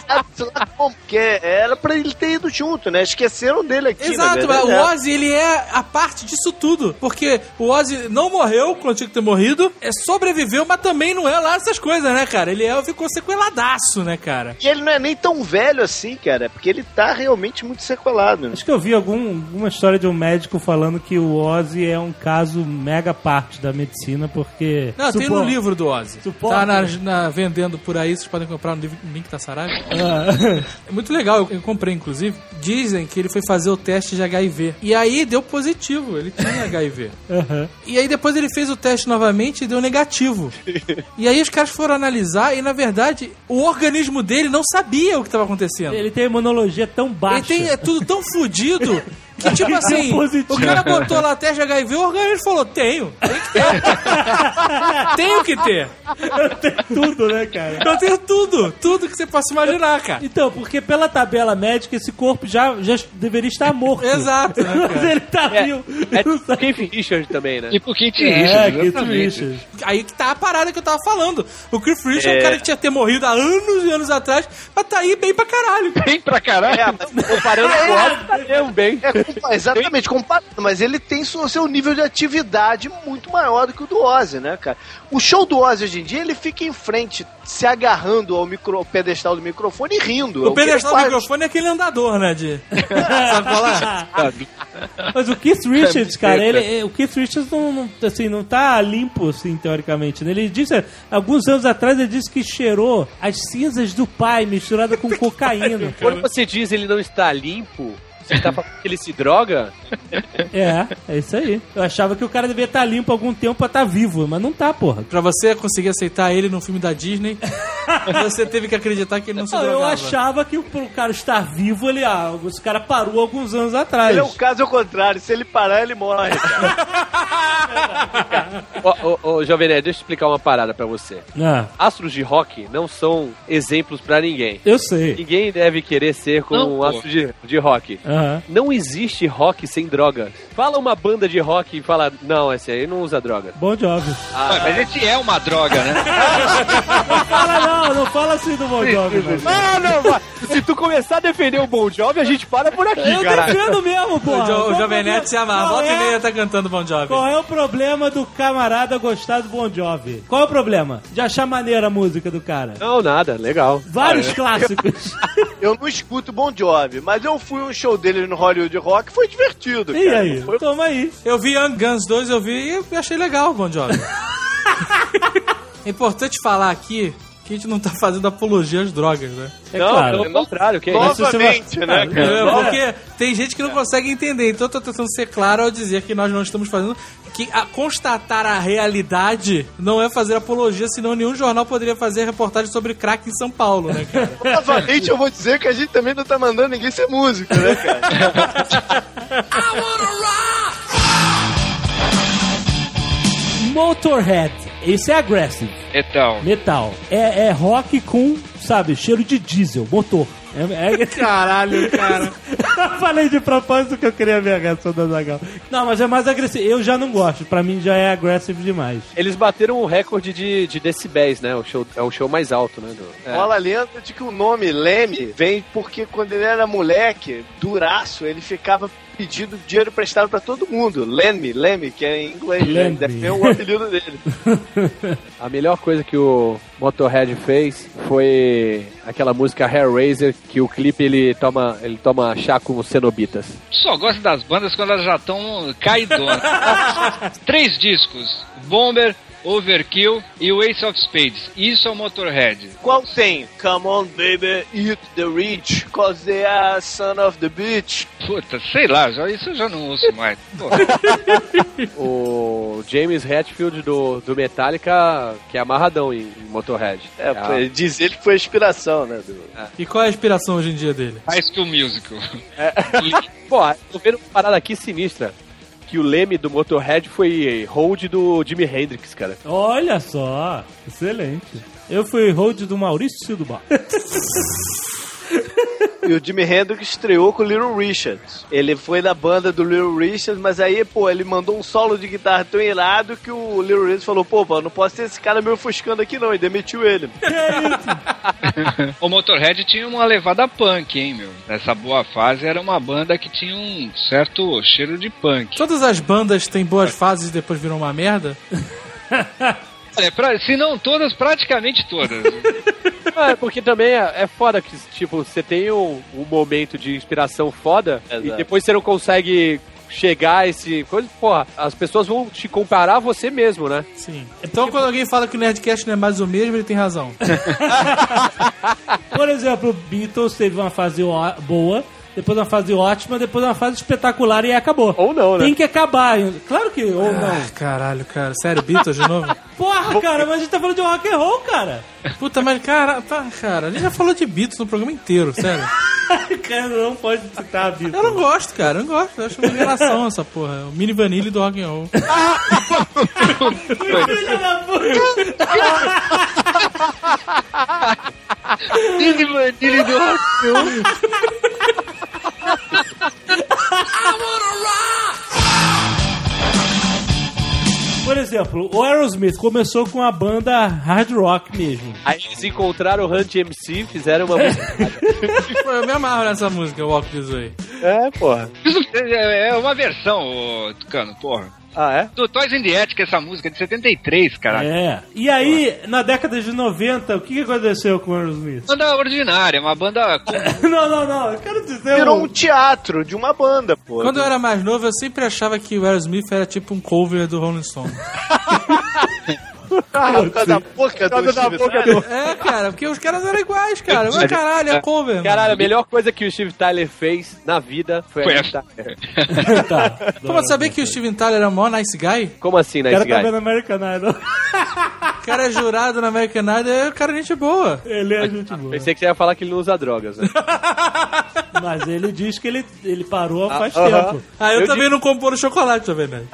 [SPEAKER 1] Sabe-se lá como, porque era pra ele ter ido junto, né? Esqueceram dele aqui, na
[SPEAKER 5] Exato,
[SPEAKER 1] verdade,
[SPEAKER 5] o
[SPEAKER 1] né?
[SPEAKER 5] Ozzy, ele é a parte disso tudo. Porque o Ozzy não morreu quando tinha que ter morrido, é, sobreviveu, mas também não é lá essas coisas, né, cara? Ele é, ficou sequeladaço, né, cara?
[SPEAKER 1] E ele não é nem tão velho assim, cara. Porque Porque ele tá realmente muito sequelado. né?
[SPEAKER 3] Acho que eu vi algum, alguma história de um médico falando que o Ozzy é um caso mega parte da medicina, porque.
[SPEAKER 5] Não, tem
[SPEAKER 3] Supo-
[SPEAKER 5] no livro do Ozzy.
[SPEAKER 3] Suporta.
[SPEAKER 5] Tá na, na- vendendo por aí, vocês podem comprar no livro- no link da Saraiva.
[SPEAKER 3] ah,
[SPEAKER 5] É muito legal, eu, eu comprei inclusive. Dizem que ele foi fazer o teste de HIV. E aí deu positivo, ele tinha HIV.
[SPEAKER 3] Aham.
[SPEAKER 5] E aí depois ele fez o teste novamente e deu negativo. E aí os caras foram analisar e na verdade o organismo dele não sabia o que estava acontecendo.
[SPEAKER 3] Ele tem a imunologia tão
[SPEAKER 5] Ele
[SPEAKER 3] baixa.
[SPEAKER 5] tem é tudo tão fudido que, tipo assim,
[SPEAKER 3] Deu positivo.
[SPEAKER 5] o cara botou lá teste de HIV, o organismo falou: tenho, tem que ter. tenho que ter.
[SPEAKER 3] tudo, né, cara?
[SPEAKER 5] Eu tenho tudo, tudo que você possa imaginar, cara.
[SPEAKER 3] Então, porque pela tabela médica, esse corpo já, já deveria estar morto.
[SPEAKER 5] Exato, né,
[SPEAKER 3] Mas
[SPEAKER 5] cara?
[SPEAKER 3] ele tá
[SPEAKER 2] É,
[SPEAKER 3] vivo.
[SPEAKER 2] é
[SPEAKER 3] um
[SPEAKER 2] tipo Keith Richards também, né?
[SPEAKER 4] Tipo Kit
[SPEAKER 3] É,
[SPEAKER 4] Richards,
[SPEAKER 3] Keith
[SPEAKER 4] exatamente.
[SPEAKER 3] Richards.
[SPEAKER 5] Aí que tá a parada que eu tava falando. O Cliff Richard é um
[SPEAKER 2] É.
[SPEAKER 5] cara que tinha que ter morrido há anos e anos atrás, mas tá aí bem pra caralho.
[SPEAKER 4] Bem pra caralho.
[SPEAKER 1] É, mas
[SPEAKER 2] Comparando com o Ozzy, tá mesmo bem.
[SPEAKER 1] É, compa- exatamente, comparado, mas ele tem seu, seu nível de atividade muito maior do que o do Ozzy, né, cara? O show do Ozzy hoje em dia, ele fica em frente, se agarrando ao micro, ao pedestal do microfone e rindo. É
[SPEAKER 5] O
[SPEAKER 1] que ele
[SPEAKER 5] pedestal do
[SPEAKER 1] faz.
[SPEAKER 5] microfone é aquele andador, né, de... Sabe qual é?
[SPEAKER 3] Mas o Keith Richards, cara, ele, é, o Keith Richards não, não, assim, não tá limpo, assim, teoricamente. né? Ele disse, alguns anos atrás, ele disse que cheirou as cinzas do pai misturada com cocaína.
[SPEAKER 2] Quando você diz ele não está limpo, você tá falando que ele se droga?
[SPEAKER 3] É, é isso aí. Eu achava que o cara devia estar limpo algum tempo pra estar vivo, mas não tá, porra.
[SPEAKER 5] Pra você conseguir aceitar ele num filme da Disney, você teve que acreditar que ele não se
[SPEAKER 3] Não,
[SPEAKER 5] drogava.
[SPEAKER 3] Ah, eu achava que o- pro cara estar vivo, ele, ah, esse cara parou alguns anos atrás.
[SPEAKER 1] Ele é o caso ao contrário, se ele parar, ele morre.
[SPEAKER 2] Ô, ô, ô, Jovem Nerd, deixa eu explicar uma parada pra você.
[SPEAKER 3] Ah,
[SPEAKER 2] Astros de rock não são exemplos pra ninguém.
[SPEAKER 3] eu sei.
[SPEAKER 2] Ninguém deve querer ser como
[SPEAKER 4] Não,
[SPEAKER 2] um
[SPEAKER 4] pô.
[SPEAKER 2] astro de, de rock.
[SPEAKER 3] Aham.
[SPEAKER 2] Não existe rock sem droga. Fala uma banda de rock e fala, não, esse aí não usa droga.
[SPEAKER 3] Bom job.
[SPEAKER 4] Ué, mas esse é uma droga, né?
[SPEAKER 3] Fala não, não fala assim do Bon Jovi. mano.
[SPEAKER 2] Não, Ah, não, vai. se tu começar a defender o Bon Jovi, a gente para por aqui,
[SPEAKER 3] Eu
[SPEAKER 2] cara.
[SPEAKER 3] defendo mesmo, pô.
[SPEAKER 5] O, jo, o Jovem Nerd se amava.
[SPEAKER 3] Qual
[SPEAKER 5] Volta e
[SPEAKER 3] é-
[SPEAKER 5] meia tá cantando Bon Jovi.
[SPEAKER 3] Qual é o problema do camarada gostar do Bon Jovi? Qual é o problema? De achar maneira a música do cara.
[SPEAKER 2] Não, nada, legal.
[SPEAKER 3] Vários clássicos.
[SPEAKER 1] Eu não escuto Bon Jovi, mas eu fui a um show dele no Hollywood Rock, foi divertido,
[SPEAKER 3] E
[SPEAKER 1] cara.
[SPEAKER 3] aí?
[SPEAKER 1] Foi-
[SPEAKER 3] Toma aí.
[SPEAKER 5] Eu vi Young Guns 2, eu vi e achei legal o Bon Jovi. é importante falar aqui que a gente não tá fazendo apologia às drogas, né?
[SPEAKER 3] É
[SPEAKER 2] não,
[SPEAKER 3] claro.
[SPEAKER 2] pelo contrário, que é isso?
[SPEAKER 1] Novamente, né, cara?
[SPEAKER 5] É, porque tem gente que não consegue entender, então eu tô tentando ser claro ao dizer que nós não estamos fazendo. Que a- constatar a realidade não é fazer apologia, senão nenhum jornal poderia fazer reportagem sobre crack em São Paulo, né, cara?
[SPEAKER 1] Novamente eu vou dizer que a gente também não tá mandando ninguém ser músico, né, cara?
[SPEAKER 3] Motorhead. Isso é aggressive.
[SPEAKER 4] Então,
[SPEAKER 3] Metal. É, é rock com, sabe, cheiro de diesel, motor. É, é...
[SPEAKER 5] Caralho, cara.
[SPEAKER 3] Eu Falei de propósito que eu queria ver a reação da Zagal. Não, mas é mais agressivo. Eu já não gosto. Pra mim já é agressivo demais.
[SPEAKER 2] Eles bateram o recorde de, de decibéis, né? O show, é o show mais alto, né? do- é.
[SPEAKER 1] Rola a lenda de que o nome Leme vem porque quando ele era moleque, duraço, ele ficava pedindo dinheiro emprestado pra todo mundo. Leme, Leme, que é em inglês, né?
[SPEAKER 3] Leme.
[SPEAKER 1] Deve ser o apelido dele.
[SPEAKER 2] A melhor coisa que o Motorhead fez foi aquela música Hellraiser, que o clipe ele toma, ele toma chá com cenobitas.
[SPEAKER 4] só gosto das bandas quando elas já estão caidonas. Três discos: Bomber, Overkill e o Ace of Spades. Isso é o Motorhead.
[SPEAKER 1] Qual tem? Come on, baby, eat the rich, cause they are son of the bitch.
[SPEAKER 4] Puta, sei lá, já, isso eu já não ouço mais. Pô,
[SPEAKER 2] O James Hetfield do, do Metallica, que é amarradão em, em Motorhead. Ah.
[SPEAKER 1] É,
[SPEAKER 2] a-
[SPEAKER 1] foi- diz ele que foi a inspiração, né? do-
[SPEAKER 5] E qual é a inspiração hoje em dia dele?
[SPEAKER 4] High School Musical.
[SPEAKER 2] Pô, tô vendo uma parada aqui sinistra. Que o leme do Motorhead foi hold do Jimi Hendrix, cara.
[SPEAKER 3] Olha só. Excelente. Eu fui hold do Maurício Sildubar.
[SPEAKER 1] E o Jimi Hendrix estreou com o Little Richards. Ele foi na banda do Little Richards, mas aí, pô, ele mandou um solo de guitarra tão irado que o Little Richards falou, pô, pô, não posso ter esse cara me ofuscando aqui não, e demitiu ele.
[SPEAKER 4] O Motorhead tinha uma levada punk, hein, meu? Nessa boa fase era uma banda que tinha um certo cheiro de punk.
[SPEAKER 5] Todas as bandas têm boas fases e depois viram uma merda?
[SPEAKER 4] Olha, pra- se não todas, praticamente todas.
[SPEAKER 2] Ah, porque também é, é foda que, tipo, você tem um, um momento de inspiração foda e
[SPEAKER 1] Exato.
[SPEAKER 2] depois você não consegue chegar a esse coisa, porra, as pessoas vão te comparar a você mesmo, né?
[SPEAKER 5] Sim. Então quando alguém fala que o Nerdcast não é mais o mesmo, ele tem razão.
[SPEAKER 3] Por exemplo, Beatles teve uma fase ó- boa, depois uma fase ótima, depois uma fase espetacular e acabou.
[SPEAKER 2] Ou não, né?
[SPEAKER 3] Tem que acabar. Claro que ou não.
[SPEAKER 5] Ah, caralho, cara. Sério, Beatles de novo?
[SPEAKER 3] Porra, cara, mas a gente tá falando de rock and roll, cara.
[SPEAKER 5] Puta, mas cara, tá, cara, a gente já falou de Beatles no programa inteiro, sério.
[SPEAKER 3] cara não pode citar a Beatles.
[SPEAKER 5] Eu não gosto, cara, eu não gosto. Eu acho uma revelação essa porra. O mini vanille do rock and roll.
[SPEAKER 3] Filha da puta.
[SPEAKER 4] Mini Vanille do Rock
[SPEAKER 3] Por exemplo, o Aerosmith começou com a banda hard rock mesmo.
[SPEAKER 2] Aí eles encontraram o Hunt MC, fizeram uma música.
[SPEAKER 5] Pô, eu me amarro nessa música, Walk This Way.
[SPEAKER 2] É, porra.
[SPEAKER 4] Isso é é uma versão, ô, Tucano, porra.
[SPEAKER 2] Ah, é?
[SPEAKER 4] Do Toys in the Attic, essa música de 73, cara.
[SPEAKER 3] É. E aí, na década de 90, o que que aconteceu com o Aerosmith?
[SPEAKER 4] Banda ordinária, uma banda com
[SPEAKER 3] não, não, não. Eu quero dizer.
[SPEAKER 1] Virou
[SPEAKER 3] um-
[SPEAKER 1] um teatro de uma banda, pô.
[SPEAKER 5] Quando eu era mais novo, eu sempre achava que o Aerosmith era tipo um cover do Rolling Stone.
[SPEAKER 1] Por causa da boca do
[SPEAKER 2] causa da
[SPEAKER 1] Steve
[SPEAKER 2] boca
[SPEAKER 1] Tyler.
[SPEAKER 5] É, cara, porque os caras eram iguais, cara. Mas, caralho, é cover. mano.
[SPEAKER 2] Caralho, a melhor coisa que o Steve Tyler fez na vida foi,
[SPEAKER 4] Foi
[SPEAKER 2] a
[SPEAKER 4] essa.
[SPEAKER 2] Tyler.
[SPEAKER 3] tá.
[SPEAKER 5] Pô, mas saber que o Steven Tyler era o maior nice guy?
[SPEAKER 2] Como assim,
[SPEAKER 3] O
[SPEAKER 2] Nice
[SPEAKER 3] cara tá
[SPEAKER 2] Guy?
[SPEAKER 3] vendo American Idol.
[SPEAKER 5] O cara é jurado na American Idol, é o cara gente boa.
[SPEAKER 3] Ele é gente boa.
[SPEAKER 2] Pensei que você ia falar que ele não usa drogas, né?
[SPEAKER 3] Mas ele diz que ele, ele parou há faz
[SPEAKER 2] aham.
[SPEAKER 3] tempo.
[SPEAKER 5] Ah, eu,
[SPEAKER 2] Eu
[SPEAKER 5] também não compro no chocolate, tá vendo?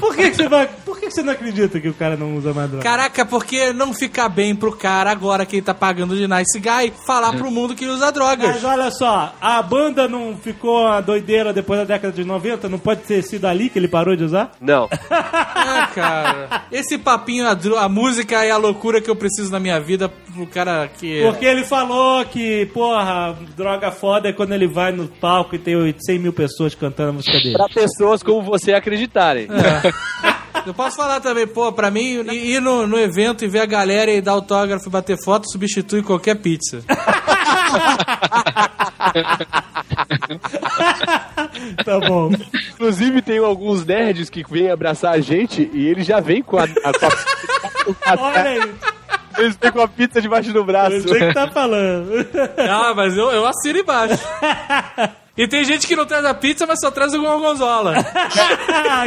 [SPEAKER 3] Por que, que você vai. Por que, que você não acredita que o cara não usa mais droga?
[SPEAKER 5] Caraca, porque não fica bem pro cara agora que ele tá pagando de nice guy falar pro mundo que ele usa drogas.
[SPEAKER 3] Mas olha só, a banda não ficou a doideira depois da década de 90? Não pode ter sido ali que ele parou de usar?
[SPEAKER 2] Não.
[SPEAKER 5] Ah, cara. Esse papinho, a, dro- a música é a loucura que eu preciso na minha vida pro cara que.
[SPEAKER 3] Porque ele falou que, porra, droga foda é quando ele vai no palco e tem 100 mil pessoas cantando a música dele.
[SPEAKER 2] Pra pessoas como você acreditarem.
[SPEAKER 5] Eu posso falar também, pô, pra mim, i- ir no, no evento e ver a galera e dar autógrafo e bater foto substitui qualquer pizza.
[SPEAKER 3] tá bom.
[SPEAKER 2] Inclusive, tem alguns nerds que vêm abraçar a gente e eles já vêm com a, a- com a-
[SPEAKER 3] Olha aí,
[SPEAKER 2] eles vêm com a pizza debaixo do
[SPEAKER 3] eu
[SPEAKER 2] braço.
[SPEAKER 3] sei o que tá falando.
[SPEAKER 5] Ah, mas eu, eu assino embaixo. E tem gente que não traz a pizza, mas só traz o gorgonzola.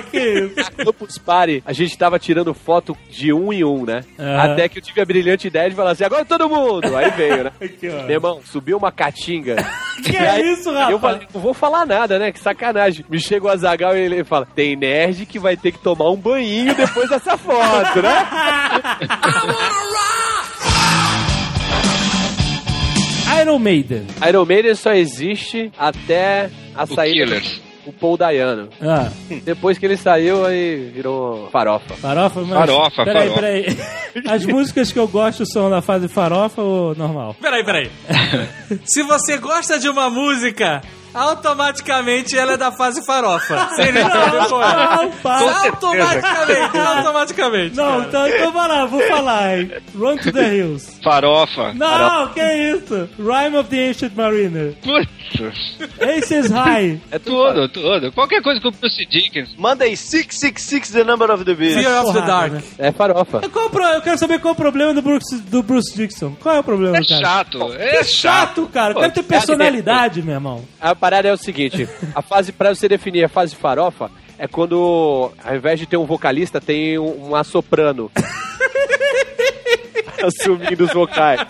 [SPEAKER 3] que isso.
[SPEAKER 2] Campus Party, a gente tava tirando foto de um em um, né?
[SPEAKER 3] Aham.
[SPEAKER 2] Até que eu tive a brilhante ideia de falar assim, agora todo mundo! Aí veio, né?
[SPEAKER 3] Aqui, ó.
[SPEAKER 2] Meu irmão, subiu uma caatinga.
[SPEAKER 3] Que
[SPEAKER 2] E aí,
[SPEAKER 3] isso, rapaz?
[SPEAKER 2] Eu falei, não vou falar nada, né? Que sacanagem. Me chega o Azagal e ele fala: tem nerd que vai ter que tomar um banhinho depois dessa foto, né?
[SPEAKER 3] Iron Maiden.
[SPEAKER 2] Iron Maiden só existe até a
[SPEAKER 4] o
[SPEAKER 2] saída
[SPEAKER 4] Killers.
[SPEAKER 2] do Paul Dayano.
[SPEAKER 3] Ah,
[SPEAKER 2] Depois que ele saiu, aí virou farofa.
[SPEAKER 3] farofa, mas...
[SPEAKER 4] Farofa,
[SPEAKER 3] peraí,
[SPEAKER 4] farofa.
[SPEAKER 3] Peraí, As músicas que eu gosto são da fase farofa ou normal?
[SPEAKER 5] Peraí, peraí. Se você gosta de uma música, automaticamente ela é da fase farofa. Sem nem saber qual é.
[SPEAKER 3] Não, para.
[SPEAKER 5] Automaticamente, automaticamente.
[SPEAKER 3] Não, então, então vai lá, vou falar, hein. Run to the Hills.
[SPEAKER 4] Farofa.
[SPEAKER 3] Não, que isso? Rhyme of the Ancient Mariner.
[SPEAKER 4] Putz.
[SPEAKER 3] Aces High.
[SPEAKER 2] É tudo.
[SPEAKER 4] Tudo, tudo. Qualquer coisa com o Bruce Dickens.
[SPEAKER 1] Monday 666 The Number of the Beast.
[SPEAKER 5] Fear of the
[SPEAKER 3] Porrada,
[SPEAKER 5] Dark.
[SPEAKER 3] né?
[SPEAKER 2] É farofa.
[SPEAKER 3] Mas Qual o pro... Eu quero saber qual o problema do Bruce, do Bruce Dixon. Qual é o problema,
[SPEAKER 4] É
[SPEAKER 3] do cara?
[SPEAKER 4] chato. É
[SPEAKER 3] É chato, cara. Eu
[SPEAKER 4] Pô, né?
[SPEAKER 3] quero ter personalidade, meu irmão.
[SPEAKER 2] A parada é o seguinte: a fase, pra você definir a fase farofa, é quando ao invés de ter um vocalista, tem um- uma soprano. Assumindo os vocais.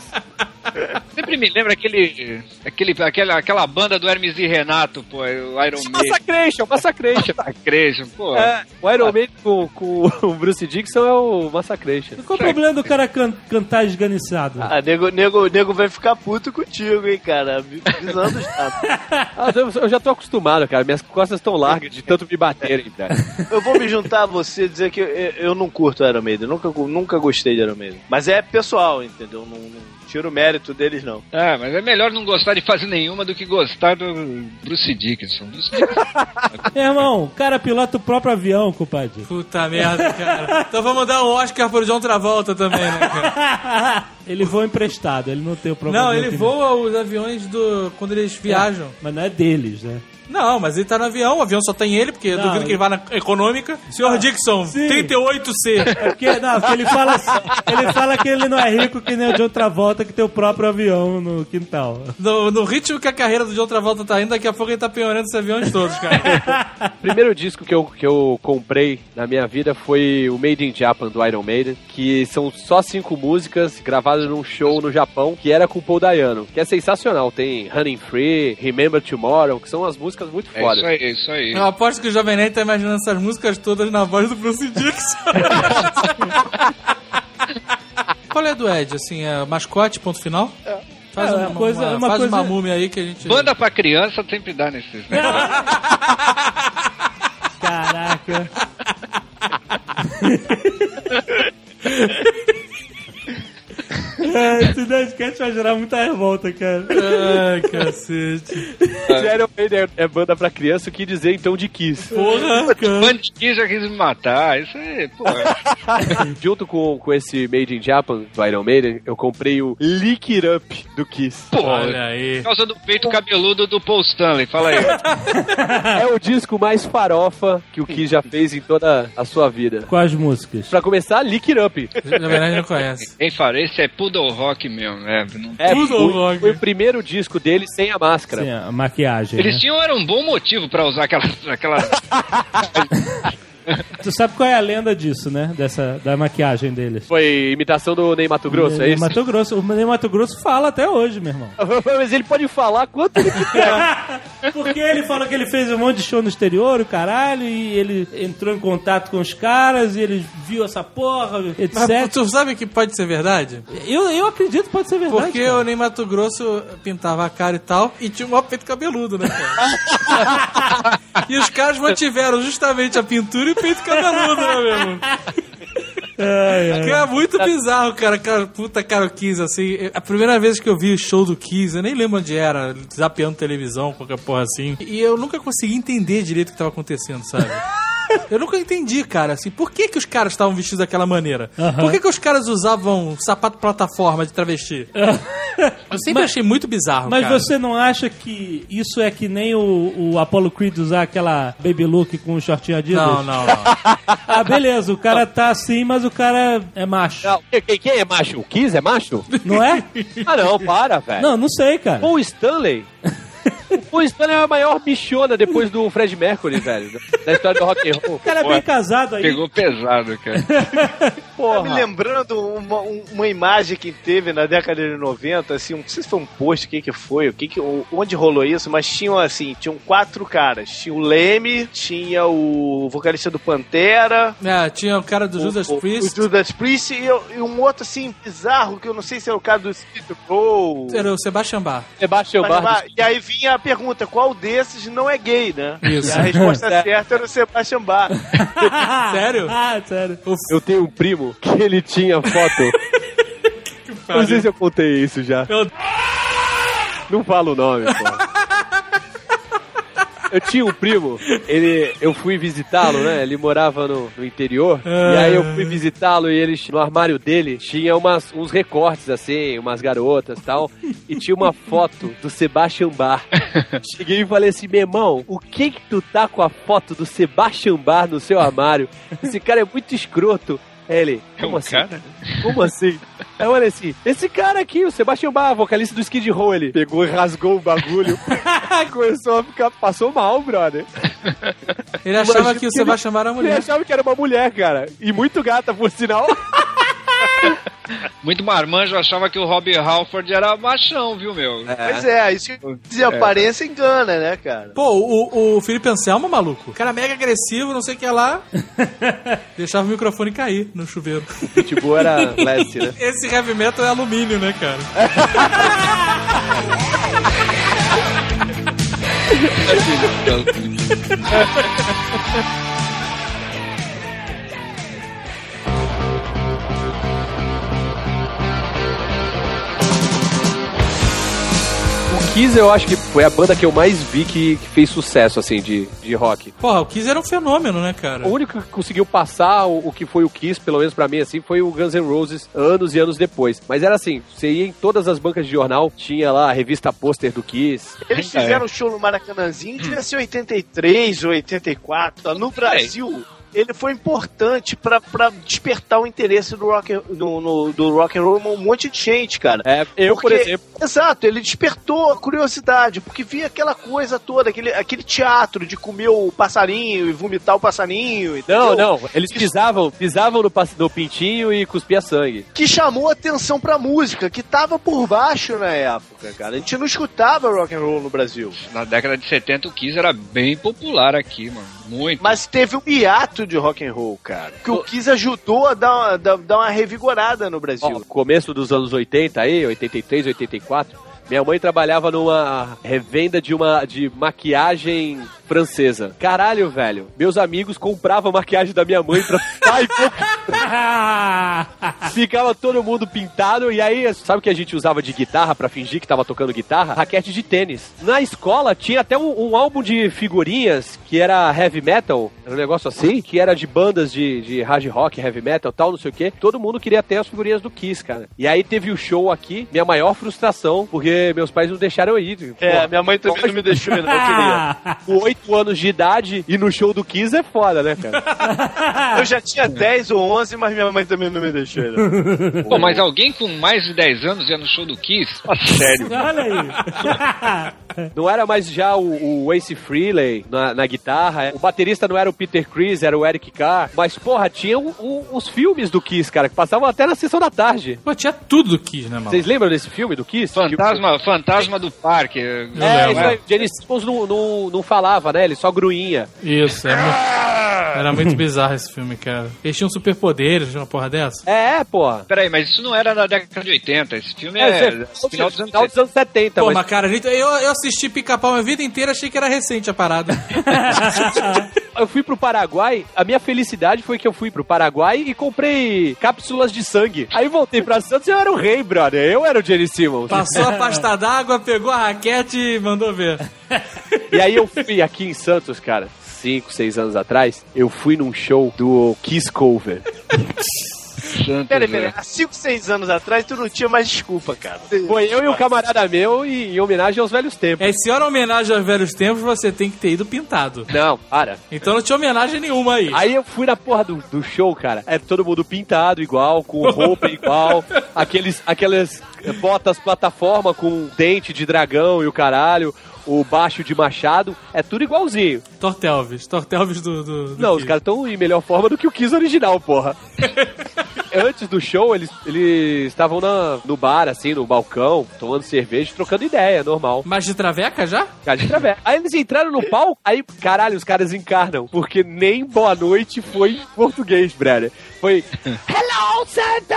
[SPEAKER 4] Sempre me lembra aquele, aquele, aquela, aquela banda do Hermes e Renato, pô, o Iron Maiden.
[SPEAKER 2] Massacration, Massacration.
[SPEAKER 4] Sacrejo, pô.
[SPEAKER 2] É, o Iron Maiden com, com o Bruce Dixon é o Massacration.
[SPEAKER 3] Qual o problema do cara can- cantar esganiçado?
[SPEAKER 1] Ah, nego, nego, nego vai ficar puto contigo, hein, cara. Visando já.
[SPEAKER 2] Ah, eu eu já tô acostumado, cara. Minhas costas estão largas de tanto me baterem, cara.
[SPEAKER 1] Eu vou me juntar a você e dizer que eu, eu não curto Iron Maiden. Nunca, nunca gostei de Iron Maiden. Mas é pessoal, entendeu? Não, não tira o mérito deles, não. Tá
[SPEAKER 4] Ah, mas é melhor não gostar de fazer nenhuma do que gostar do Bruce Dickinson. Bruce Dickinson.
[SPEAKER 3] Meu irmão, o cara pilota o próprio avião, compadre.
[SPEAKER 5] Puta merda, cara. Então vamos dar um Oscar pro John Travolta também, né, cara?
[SPEAKER 3] Ele voa emprestado, ele não tem o problema.
[SPEAKER 5] Não, ele voa os aviões do quando eles viajam.
[SPEAKER 3] Mas não é deles, né?
[SPEAKER 5] Não, mas ele tá no avião, o avião só tem ele, porque eu
[SPEAKER 3] Não,
[SPEAKER 5] duvido que ele vá na econômica. Senhor Dixon,
[SPEAKER 3] sim.
[SPEAKER 5] 38C.
[SPEAKER 3] É porque, não, porque ele fala, ele fala que ele não é rico que nem o de outra volta que tem o próprio avião no quintal.
[SPEAKER 5] No, no ritmo que a carreira do John Travolta tá indo, daqui a pouco ele tá pioneando esses aviões todos, cara.
[SPEAKER 2] primeiro disco que eu, que eu comprei na minha vida foi o Made in Japan do Iron Maiden, que são só cinco músicas gravadas num show no Japão, que era com o Paul Dayano, que é sensacional. Tem Running Free, Remember Tomorrow, que são umas músicas muito
[SPEAKER 4] É isso
[SPEAKER 2] fodas.
[SPEAKER 4] aí, é isso aí.
[SPEAKER 5] Eu aposto que o Jovem Nerd tá imaginando essas músicas todas na voz do Bruce Dixon. Qual é a do Ed, assim, é mascote, ponto final? É. Faz,
[SPEAKER 3] É,
[SPEAKER 5] uma,
[SPEAKER 3] uma coisa-
[SPEAKER 5] uma,
[SPEAKER 3] uma
[SPEAKER 5] faz
[SPEAKER 3] coisa-
[SPEAKER 5] uma múmia aí que a gente...
[SPEAKER 4] Banda pra criança sempre dá nesses, né?
[SPEAKER 3] Caraca. É, esse Nerdcast vai gerar muita revolta, cara.
[SPEAKER 5] Ai, cacete.
[SPEAKER 2] Se Iron Maiden é é banda pra criança, o que dizer então de Kiss?
[SPEAKER 5] Porra, cara.
[SPEAKER 4] Band Kiss já quis me matar. Isso aí, pô.
[SPEAKER 2] Junto com, com esse Made in Japan do Iron Maiden, eu comprei o Lick It Up do Kiss.
[SPEAKER 4] pô
[SPEAKER 5] Olha aí.
[SPEAKER 4] Por causa do peito cabeludo do Paul Stanley. Fala aí. Ah.
[SPEAKER 2] É o disco mais farofa que o Kiss já fez em toda a sua vida.
[SPEAKER 3] Com as músicas.
[SPEAKER 2] Pra começar, Lick It Up.
[SPEAKER 5] Na verdade, não conhece.
[SPEAKER 4] Quem fala, esse é Poodle Rock mesmo. É, não-
[SPEAKER 2] É,
[SPEAKER 5] Tudo
[SPEAKER 2] foi,
[SPEAKER 5] logo.
[SPEAKER 2] foi o primeiro disco dele sem a máscara.
[SPEAKER 3] Sim, a maquiagem.
[SPEAKER 4] Eles
[SPEAKER 3] né?
[SPEAKER 4] tinham era um bom motivo pra usar aquela. aquela...
[SPEAKER 3] Tu sabe qual é a lenda disso, né? Dessa, da maquiagem deles.
[SPEAKER 2] Foi imitação do Ney Mato Grosso, é
[SPEAKER 3] Ney
[SPEAKER 2] isso?
[SPEAKER 3] Mato Grosso. O Ney Mato Grosso fala até hoje, meu irmão.
[SPEAKER 2] Mas ele pode falar quanto ele quiser.
[SPEAKER 3] Porque ele falou que ele fez um monte de show no exterior, o caralho, e ele entrou em contato com os caras, e ele viu essa porra,
[SPEAKER 5] Mas
[SPEAKER 3] etc.
[SPEAKER 5] tu sabe que pode ser verdade?
[SPEAKER 3] Eu, eu acredito que pode ser verdade.
[SPEAKER 5] Porque
[SPEAKER 3] É cara.
[SPEAKER 5] o Ney Mato Grosso pintava a cara e tal, e tinha um maior peito cabeludo, né, cara? e os caras mantiveram justamente a pintura e o peito cabeludo, né, meu irmão? Que é muito bizarro, cara. cara. Puta, cara, o Kiss, assim. eu- A primeira vez que eu vi o show do Kiss, eu nem lembro onde era, zapeando televisão, qualquer porra assim. E eu nunca consegui entender direito o que tava acontecendo, sabe? Eu nunca entendi, cara, assim, por que, que os caras estavam vestidos daquela maneira? Por que, que os caras usavam um sapato plataforma de travesti? Eu sempre achei muito bizarro,
[SPEAKER 3] Mas
[SPEAKER 5] cara.
[SPEAKER 3] você não acha que isso é que nem o, o Apollo Creed usar aquela baby look com o shortinho Adidas?
[SPEAKER 5] Não, não, não.
[SPEAKER 3] Ah, beleza, o cara tá assim, mas o cara é macho.
[SPEAKER 2] Não, quem, quem é macho? O Kiss é macho?
[SPEAKER 3] Não é?
[SPEAKER 2] Ah, não, para, velho.
[SPEAKER 3] Não, não sei, cara.
[SPEAKER 2] Paul Stanley? Paul Stanley é a maior bichona depois do Fred Mercury, velho. Da história do rock and roll.
[SPEAKER 3] O cara é bem casado aí.
[SPEAKER 4] Pegou pesado, cara.
[SPEAKER 1] Tá me lembrando uma, um- uma imagem que teve na década de 90, assim, um- não sei se foi um post, o que que foi, o que que, o- onde rolou isso, mas tinham assim, tinham quatro caras. Tinha o Leme, tinha o vocalista do Pantera,
[SPEAKER 5] É, tinha o cara do Judas
[SPEAKER 1] o,
[SPEAKER 5] Priest.
[SPEAKER 1] o Judas Priest e, eu- e um outro assim, bizarro, que eu não sei se era o caso do Skid Row.
[SPEAKER 5] Era o Sebastian Bach.
[SPEAKER 2] Sebastião
[SPEAKER 1] Mas, mas,
[SPEAKER 2] Bach.
[SPEAKER 1] e aí vinha a pergunta, qual desses não é gay, né?
[SPEAKER 5] Isso.
[SPEAKER 1] E a resposta
[SPEAKER 2] É.
[SPEAKER 1] certa era o Sebastian Bach.
[SPEAKER 5] Sério?
[SPEAKER 3] Ah, sério.
[SPEAKER 2] Eu tenho um primo que ele tinha foto. não sei se eu contei isso já.
[SPEAKER 5] Meu-
[SPEAKER 2] Não fala o nome, pô. Eu tinha um primo, ele, eu fui visitá-lo, né? Ele morava no, no interior. E aí eu fui visitá-lo e ele, no armário dele, tinha umas, uns recortes, assim, umas garotas e tal. E tinha uma foto do Sebastian Bar. Cheguei e falei assim, meu irmão, o que que tu tá com a foto do Sebastian Bar no seu armário? Esse cara é muito escroto. Aí ele,
[SPEAKER 4] É
[SPEAKER 2] como
[SPEAKER 4] um
[SPEAKER 2] assim?
[SPEAKER 4] cara?
[SPEAKER 2] Como assim? Aí eu olhei assim, esse cara aqui, o Sebastião Bar, vocalista do Skid Row, ele pegou e rasgou o bagulho. Começou a ficar, passou mal, brother.
[SPEAKER 5] Ele achava
[SPEAKER 2] Imagina
[SPEAKER 5] que o
[SPEAKER 2] que ele-
[SPEAKER 5] Sebastian Bach era
[SPEAKER 2] Ele
[SPEAKER 5] mulher.
[SPEAKER 2] achava que era uma mulher, cara. E muito gata, por sinal.
[SPEAKER 4] Muito marmanjo achava que o Robbie Halford era machão, viu, meu?
[SPEAKER 1] Pois é, isso de aparência engana, né, cara?
[SPEAKER 5] Pô, o, o Felipe Anselmo, maluco. Cara mega agressivo, não sei o que lá. Deixava o microfone cair no chuveiro.
[SPEAKER 2] Tipo, era Lessie, né?
[SPEAKER 5] Esse heavy metal é alumínio, né, cara?
[SPEAKER 4] Quando
[SPEAKER 2] Kiss eu acho que foi a banda que eu mais vi que, que fez sucesso, assim, de, de rock.
[SPEAKER 5] Porra, o Kiss era um fenômeno, né,
[SPEAKER 2] O
[SPEAKER 5] cara?
[SPEAKER 2] único que conseguiu passar o, o que foi o Kiss, pelo menos pra mim, assim, foi o Guns N' Roses anos e anos depois. Mas era assim, você ia em todas as bancas de jornal, tinha lá a revista pôster do Kiss. É.
[SPEAKER 1] Eles fizeram um show no Maracanãzinho, devia ser 83 ou 84. No Brasil, ele foi importante pra, pra despertar o interesse do rock, and- do, no- do rock and roll em um monte de gente, cara.
[SPEAKER 2] É, eu, por
[SPEAKER 1] Porque-
[SPEAKER 2] exemplo,
[SPEAKER 1] Exato, ele despertou a curiosidade, porque via aquela coisa toda, aquele, aquele teatro de comer o passarinho e vomitar o passarinho.
[SPEAKER 2] não,
[SPEAKER 1] entendeu?
[SPEAKER 2] não, eles pisavam, pisavam no, pas- no pintinho e cuspia sangue.
[SPEAKER 1] que chamou atenção pra música, que tava por baixo na época, cara. A gente não escutava rock and roll no Brasil.
[SPEAKER 4] Na década de 70 o Kiss era bem popular aqui, mano. Muito.
[SPEAKER 1] Mas teve um hiato de rock and roll, cara. Que o Kiss ajudou a dar uma, dar- dar uma revigorada no Brasil.
[SPEAKER 2] Ó, Tipo, começo dos anos 80 aí, 83, 84, minha mãe trabalhava numa revenda de uma de maquiagem francesa. Caralho, velho. Meus amigos compravam maquiagem da minha mãe pra Ai, pô, ficava todo mundo pintado e aí, sabe o que a gente usava de guitarra pra fingir que tava tocando guitarra? Raquete de tênis. Na escola tinha até um, um álbum de figurinhas que era heavy metal, era um negócio assim, que era de bandas de, de hard rock, heavy metal, tal, não sei o quê. Todo mundo queria ter as figurinhas do Kiss, cara. E aí teve o show aqui, minha maior frustração, porque meus pais não deixaram eu ir. Porra,
[SPEAKER 1] é, minha mãe também não me deixou, eu queria.
[SPEAKER 2] com 8 É, anos de idade e no show do Kiss é foda, né, cara?
[SPEAKER 1] Eu já tinha 10 ou 11, mas minha mãe também não me deixou. né?
[SPEAKER 4] Pô, mas alguém com mais de 10 anos ia no show do Kiss? Fala sério.
[SPEAKER 3] Olha aí.
[SPEAKER 2] Não era mais já o, o Ace Frehley na, na guitarra. O baterista não era o Peter Chris, era o Eric Carr. Mas, porra, tinha o- o- os filmes do Kiss, cara, que passavam até na sessão da tarde.
[SPEAKER 5] Pô, tinha tudo do Kiss, né, mano?
[SPEAKER 2] Vocês lembram desse filme do Kiss?
[SPEAKER 4] Fantasma, fantasma do parque. É,
[SPEAKER 2] Que o- É, isso aí. Jenny Simmons não, não, não falava, né? Ele só gruinha.
[SPEAKER 5] Isso, era muito, era muito bizarro esse filme, cara. Eles tinham superpoderes, uma porra dessa.
[SPEAKER 2] É, porra.
[SPEAKER 4] Peraí, mas isso não era na década de 80. Esse filme
[SPEAKER 2] É,
[SPEAKER 4] é,
[SPEAKER 2] você-
[SPEAKER 4] final dos anos
[SPEAKER 2] final
[SPEAKER 4] 70.
[SPEAKER 2] dos anos 70.
[SPEAKER 5] Pô,
[SPEAKER 2] mas-
[SPEAKER 5] Então, mas cara, a gente- eu, eu assisti pica-pau minha vida inteira, achei que era recente a parada.
[SPEAKER 2] Eu fui pro Paraguai, a minha felicidade foi que eu fui pro Paraguai e comprei cápsulas de sangue. Aí voltei pra Santos e eu era o rei, brother. Eu era o Jenny Simmons.
[SPEAKER 5] Passou a pasta d'água, pegou a raquete e mandou ver.
[SPEAKER 2] E aí eu fui aqui em Santos, cara, 5, 6 anos atrás, eu fui num show do Kiss Cover.
[SPEAKER 4] Santos,
[SPEAKER 1] Peraí,
[SPEAKER 4] né?
[SPEAKER 1] peraí. Há 5, 6 anos atrás, tu não tinha mais desculpa, cara.
[SPEAKER 2] Foi eu e um camarada meu e, em homenagem aos velhos tempos.
[SPEAKER 5] É, se era homenagem aos velhos tempos, você tem que ter ido pintado.
[SPEAKER 2] Não, para.
[SPEAKER 5] Então não tinha homenagem nenhuma aí.
[SPEAKER 2] Aí eu fui na porra do, do show, cara. É todo mundo pintado igual, com roupa igual, aqueles, aquelas botas plataforma com dente de dragão e o caralho, o baixo de machado. É tudo igualzinho.
[SPEAKER 5] Tortelvis, Tortelvis do. do, do
[SPEAKER 2] Não, os
[SPEAKER 5] Kiss.
[SPEAKER 2] caras estão em melhor forma do que o Kiss original, porra. Antes do show, eles eles estavam na- no bar, assim, no balcão, tomando cerveja, e trocando ideia, normal.
[SPEAKER 5] Mas de traveca já?
[SPEAKER 2] Cara de travessa. Aí eles entraram no palco, aí, caralho, os caras encarnam. Porque nem boa noite foi em português, brother. Foi. Hello, Santos!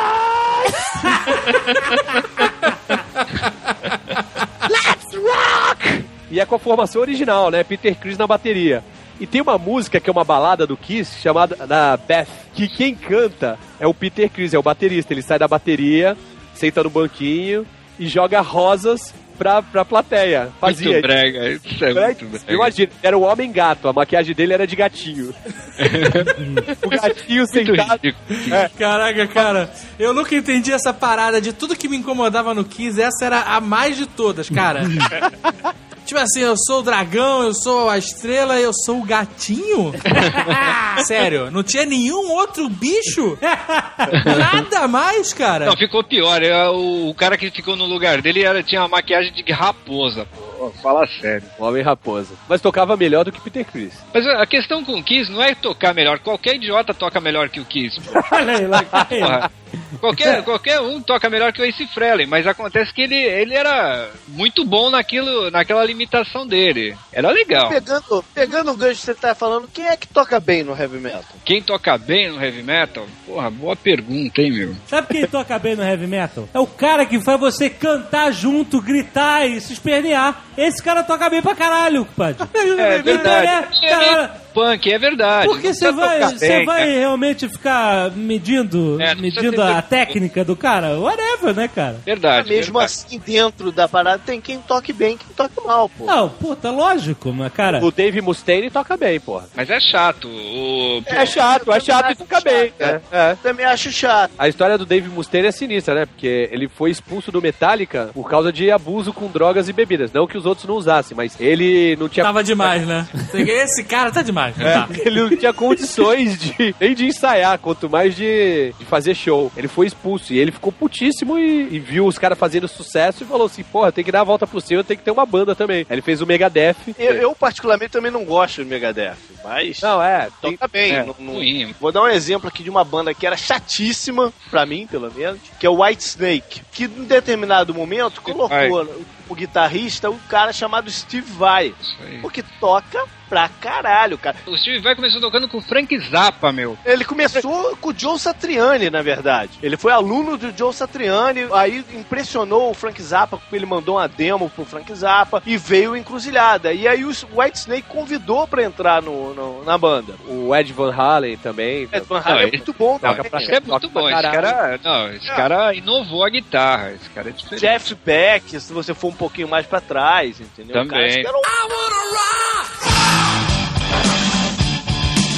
[SPEAKER 2] Let's rock! E é com a formação original, né? Peter Chris na bateria. E tem uma música que é uma balada do Kiss chamada da Beth, que quem canta é o Peter Chris, é o baterista. Ele sai da bateria, senta no banquinho e joga rosas pra, pra plateia. Fazia
[SPEAKER 4] Muito brega. Isso é muito brega.
[SPEAKER 2] Né? Imagina, era o homem gato, a maquiagem dele era de gatinho. o gatinho sentado.
[SPEAKER 4] É.
[SPEAKER 5] Caraca, cara, eu nunca entendi essa parada de tudo que me incomodava no Kiss, essa era a mais de todas, cara. tipo assim, eu sou o dragão, eu sou a estrela, eu sou o gatinho? Sério, não tinha nenhum outro bicho? Nada mais, cara.
[SPEAKER 4] Não, ficou pior. Eu- o, o cara que ficou no lugar dele era, tinha uma maquiagem de raposa. Pô, fala sério.
[SPEAKER 2] O homem raposa. Mas tocava melhor do que Peter Chris.
[SPEAKER 4] Mas a a questão com o Kiss não é tocar melhor. Qualquer idiota toca melhor que o Kiss. pô.
[SPEAKER 3] Olha aí, lá vem.
[SPEAKER 4] Porra. Qualquer, qualquer um toca melhor que o Ace Frehley, mas acontece que ele, ele era muito bom naquilo, naquela limitação dele. Era legal.
[SPEAKER 1] Pegando, pegando o gancho que você tá falando, quem é que toca bem no heavy metal?
[SPEAKER 4] Quem toca bem no heavy metal? Porra, boa pergunta, hein, meu?
[SPEAKER 3] Sabe quem toca bem no heavy metal? É o cara que faz você cantar junto, gritar e se espernear. Esse cara toca bem pra caralho, compadre.
[SPEAKER 4] É
[SPEAKER 3] Então,
[SPEAKER 4] verdade.
[SPEAKER 3] né, cara,
[SPEAKER 4] é punk, é verdade.
[SPEAKER 3] Porque
[SPEAKER 4] Não
[SPEAKER 3] você
[SPEAKER 4] precisa
[SPEAKER 3] vai,
[SPEAKER 4] tocar
[SPEAKER 3] você
[SPEAKER 4] bem,
[SPEAKER 3] vai
[SPEAKER 4] cara.
[SPEAKER 3] realmente ficar medindo,
[SPEAKER 4] É, não precisa
[SPEAKER 3] medindo
[SPEAKER 4] ter
[SPEAKER 3] a
[SPEAKER 4] muito-
[SPEAKER 3] técnica do cara? Whatever, né, cara?
[SPEAKER 4] Verdade.
[SPEAKER 1] Mesmo
[SPEAKER 4] verdade.
[SPEAKER 1] assim, dentro da parada, tem quem toque bem quem toque mal, pô.
[SPEAKER 3] Não, puta, lógico, mas, cara.
[SPEAKER 2] O Dave Mustaine toca bem, porra.
[SPEAKER 4] Mas é chato. O...
[SPEAKER 1] É chato,
[SPEAKER 2] é chato e toca bem.
[SPEAKER 1] É.
[SPEAKER 2] É, é.
[SPEAKER 1] Também acho chato.
[SPEAKER 2] A história do Dave Mustaine é sinistra, né? Porque ele foi expulso do Metallica por causa de abuso com drogas e bebidas. Não que os outros não usassem, mas ele não
[SPEAKER 4] é
[SPEAKER 2] tinha
[SPEAKER 5] Tava demais, né? Esse cara tá demais. não tá?
[SPEAKER 2] Ele não tinha condições de, nem de ensaiar, quanto mais de, de fazer show. Ele foi expulso e ele ficou putíssimo e, e viu os caras fazendo sucesso e falou assim: porra, tem que dar a volta por cima, tem que ter uma banda também. Aí ele fez o Megadeth.
[SPEAKER 1] Eu, eu, particularmente, também não gosto do Megadeth, mas
[SPEAKER 2] Não, é. tem-
[SPEAKER 1] toca bem.
[SPEAKER 2] é.
[SPEAKER 1] não- não-
[SPEAKER 4] Ruim.
[SPEAKER 1] Vou dar um exemplo aqui de uma banda que era chatíssima, pra mim, pelo menos, que é o White Snake, que em determinado momento
[SPEAKER 4] Vai.
[SPEAKER 1] colocou o, o guitarrista um cara chamado Steve Vai,
[SPEAKER 4] Isso aí.
[SPEAKER 1] porque toca pra caralho, cara.
[SPEAKER 4] O Steve Vai começou tocando com o Frank Zappa, meu.
[SPEAKER 1] Ele começou com o Joe Satriani, na verdade. Ele foi aluno do Joe Satriani, aí impressionou o Frank Zappa, ele mandou uma demo pro Frank Zappa e veio encruzilhada. E aí o White Snake convidou pra entrar no, no- na banda.
[SPEAKER 2] O Ed Van Halen também.
[SPEAKER 1] Ed Van Halen é
[SPEAKER 4] ele-
[SPEAKER 1] muito bom,
[SPEAKER 2] Não,
[SPEAKER 1] cara.
[SPEAKER 2] pra-
[SPEAKER 4] Isso é muito
[SPEAKER 2] toca pra
[SPEAKER 4] bom. Esse
[SPEAKER 2] caralho.
[SPEAKER 4] cara, não, esse cara inovou a guitarra. Esse cara é diferente.
[SPEAKER 1] Jeff Beck, se você for um pouquinho mais pra trás, entendeu?
[SPEAKER 4] Também.
[SPEAKER 1] Cara, esse era um-